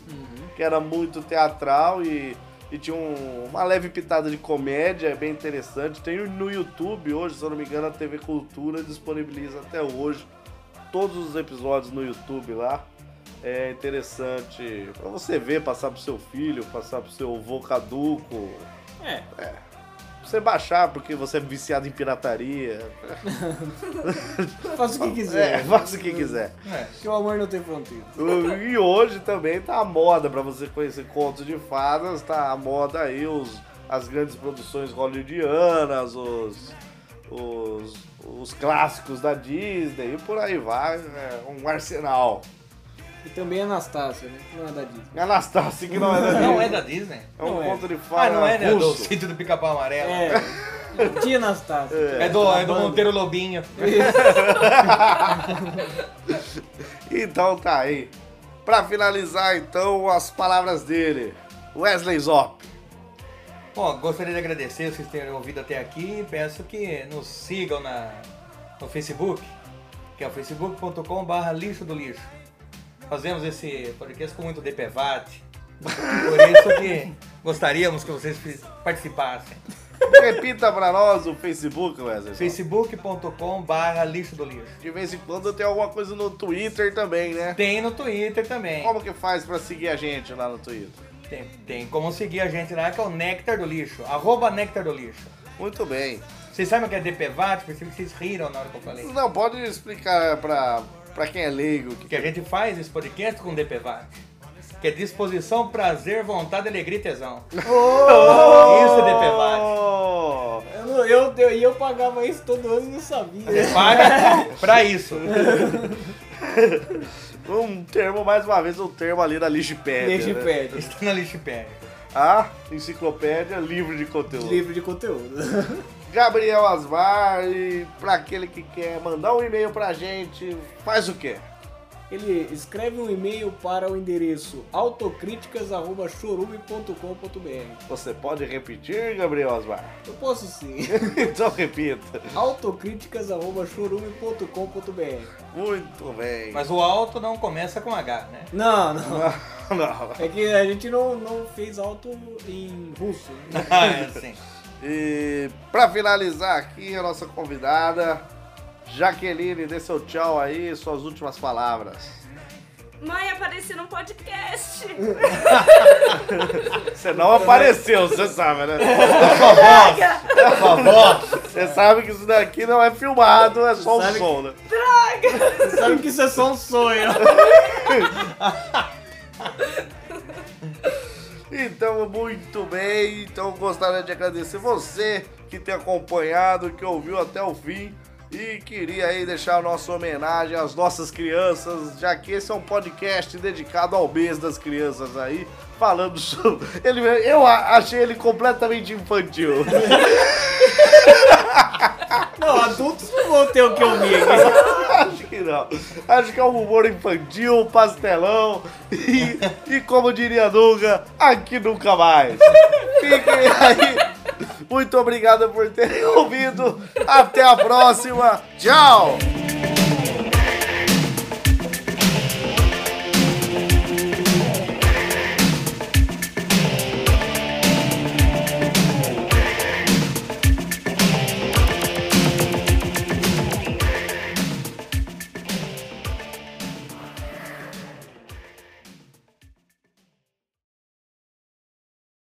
[SPEAKER 6] que era muito teatral e, e tinha um- uma leve pitada de comédia, é bem interessante. Tem no YouTube hoje, se eu não me engano, a TV Cultura disponibiliza até hoje todos os episódios no YouTube lá. É interessante pra você ver, passar pro seu filho, passar pro seu avô caduco.
[SPEAKER 7] É.
[SPEAKER 6] Pra Você baixar porque você é viciado em pirataria.
[SPEAKER 7] Faça o que
[SPEAKER 6] É,
[SPEAKER 7] quiser.
[SPEAKER 6] <laughs> faça o que quiser.
[SPEAKER 4] É.
[SPEAKER 7] Que o amor não tem fronteira.
[SPEAKER 6] <laughs> E hoje também tá a moda pra você conhecer contos de fadas, tá a moda aí os, as grandes produções hollywoodianas, os, os, os clássicos da Disney e por aí vai, é um arsenal.
[SPEAKER 7] E também Anastácia, né? Não é da Disney.
[SPEAKER 6] Anastácio que não é da Disney.
[SPEAKER 4] Não é da Disney?
[SPEAKER 6] É um
[SPEAKER 7] não é.
[SPEAKER 6] conto de
[SPEAKER 4] Ah,
[SPEAKER 6] fadas
[SPEAKER 4] não é, né? Do
[SPEAKER 6] russo.
[SPEAKER 4] sítio do pica-pau amarelo. É,
[SPEAKER 7] É. Tá Tia Anastácia.
[SPEAKER 4] do, é do
[SPEAKER 7] <laughs>
[SPEAKER 4] Monteiro Lobinho.
[SPEAKER 6] Então tá aí. Pra finalizar, então, as palavras dele. Wesley Zop.
[SPEAKER 4] Bom, gostaria de agradecer vocês terem ouvido até aqui. Peço que nos sigam na, no Facebook, que é o facebook.com.br lixo do lixo. Fazemos esse podcast com muito DPVAT. Por isso que gostaríamos que vocês fiz- participassem.
[SPEAKER 6] Repita pra nós o Facebook, Wesley Zop.
[SPEAKER 4] facebook.com.br lixo do lixo.
[SPEAKER 6] De vez em quando tem alguma coisa no Twitter também, né?
[SPEAKER 4] Tem no Twitter também.
[SPEAKER 6] Como que faz pra seguir a gente lá no Twitter?
[SPEAKER 4] Tem, tem como seguir a gente lá, que é o Nectar do Lixo. Arroba Nectar do Lixo.
[SPEAKER 6] Muito bem.
[SPEAKER 4] Vocês sabem o que é DPVAT? Percebi que vocês riram na hora que eu falei.
[SPEAKER 6] Não, pode explicar pra, pra quem é leigo. o que-
[SPEAKER 4] que a gente faz esse podcast com DPVAT. Que é disposição, prazer, vontade, alegria e tesão. Isso é DPVAT.
[SPEAKER 6] Oh!
[SPEAKER 7] Eu, não- eu, eu, e eu pagava isso todo ano e não sabia.
[SPEAKER 4] Você paga pra isso.
[SPEAKER 6] Um termo, mais uma vez, um termo ali da Ligipédia.
[SPEAKER 7] Desde
[SPEAKER 6] né?
[SPEAKER 7] pede.
[SPEAKER 4] Está na Lixipédia.
[SPEAKER 6] A enciclopédia, livro de conteúdo.
[SPEAKER 7] Livro de conteúdo. <laughs>
[SPEAKER 6] Gabriel Asmar, e pra aquele que quer mandar um e-mail pra gente, faz o quê?
[SPEAKER 7] Ele escreve um e-mail para o endereço autocríticas.chorume.com.br.
[SPEAKER 6] Você pode repetir, Gabriel Asmar? <laughs>
[SPEAKER 7] Eu posso sim.
[SPEAKER 6] então repita.
[SPEAKER 7] autocríticas.chorume.com.br.
[SPEAKER 6] Muito bem.
[SPEAKER 4] Mas o alto não começa com H, né? <laughs>
[SPEAKER 7] Não, não.
[SPEAKER 6] <laughs> não.
[SPEAKER 7] É que a gente não, não fez alto em russo. né?
[SPEAKER 4] Ah, é assim.
[SPEAKER 6] E pra finalizar aqui, a nossa convidada, Jaqueline, dê seu tchau aí, suas últimas palavras.
[SPEAKER 8] Mãe, apareci num podcast.
[SPEAKER 6] Você não apareceu, você sabe, né?
[SPEAKER 8] Droga!
[SPEAKER 6] Você sabe que isso daqui não é filmado, é só um
[SPEAKER 7] Sabe
[SPEAKER 6] som, né?
[SPEAKER 8] Droga!
[SPEAKER 7] Você sabe que isso é só um sonho.
[SPEAKER 6] Então, muito bem. Então, gostaria de agradecer você que tem acompanhado, que ouviu até o fim. E queria aí deixar a nossa homenagem às nossas crianças, já que esse é um podcast dedicado ao mês das crianças aí, falando <laughs> sobre. Ele, eu a- achei ele completamente infantil.
[SPEAKER 7] Não, adultos não vão ter o que ouvir aqui.
[SPEAKER 6] <laughs> Acho que não. Acho que é um humor infantil, pastelão. E, e como diria Dunga, aqui nunca mais. Fiquem aí. Muito obrigado por terem ouvido. Até a próxima. Tchau!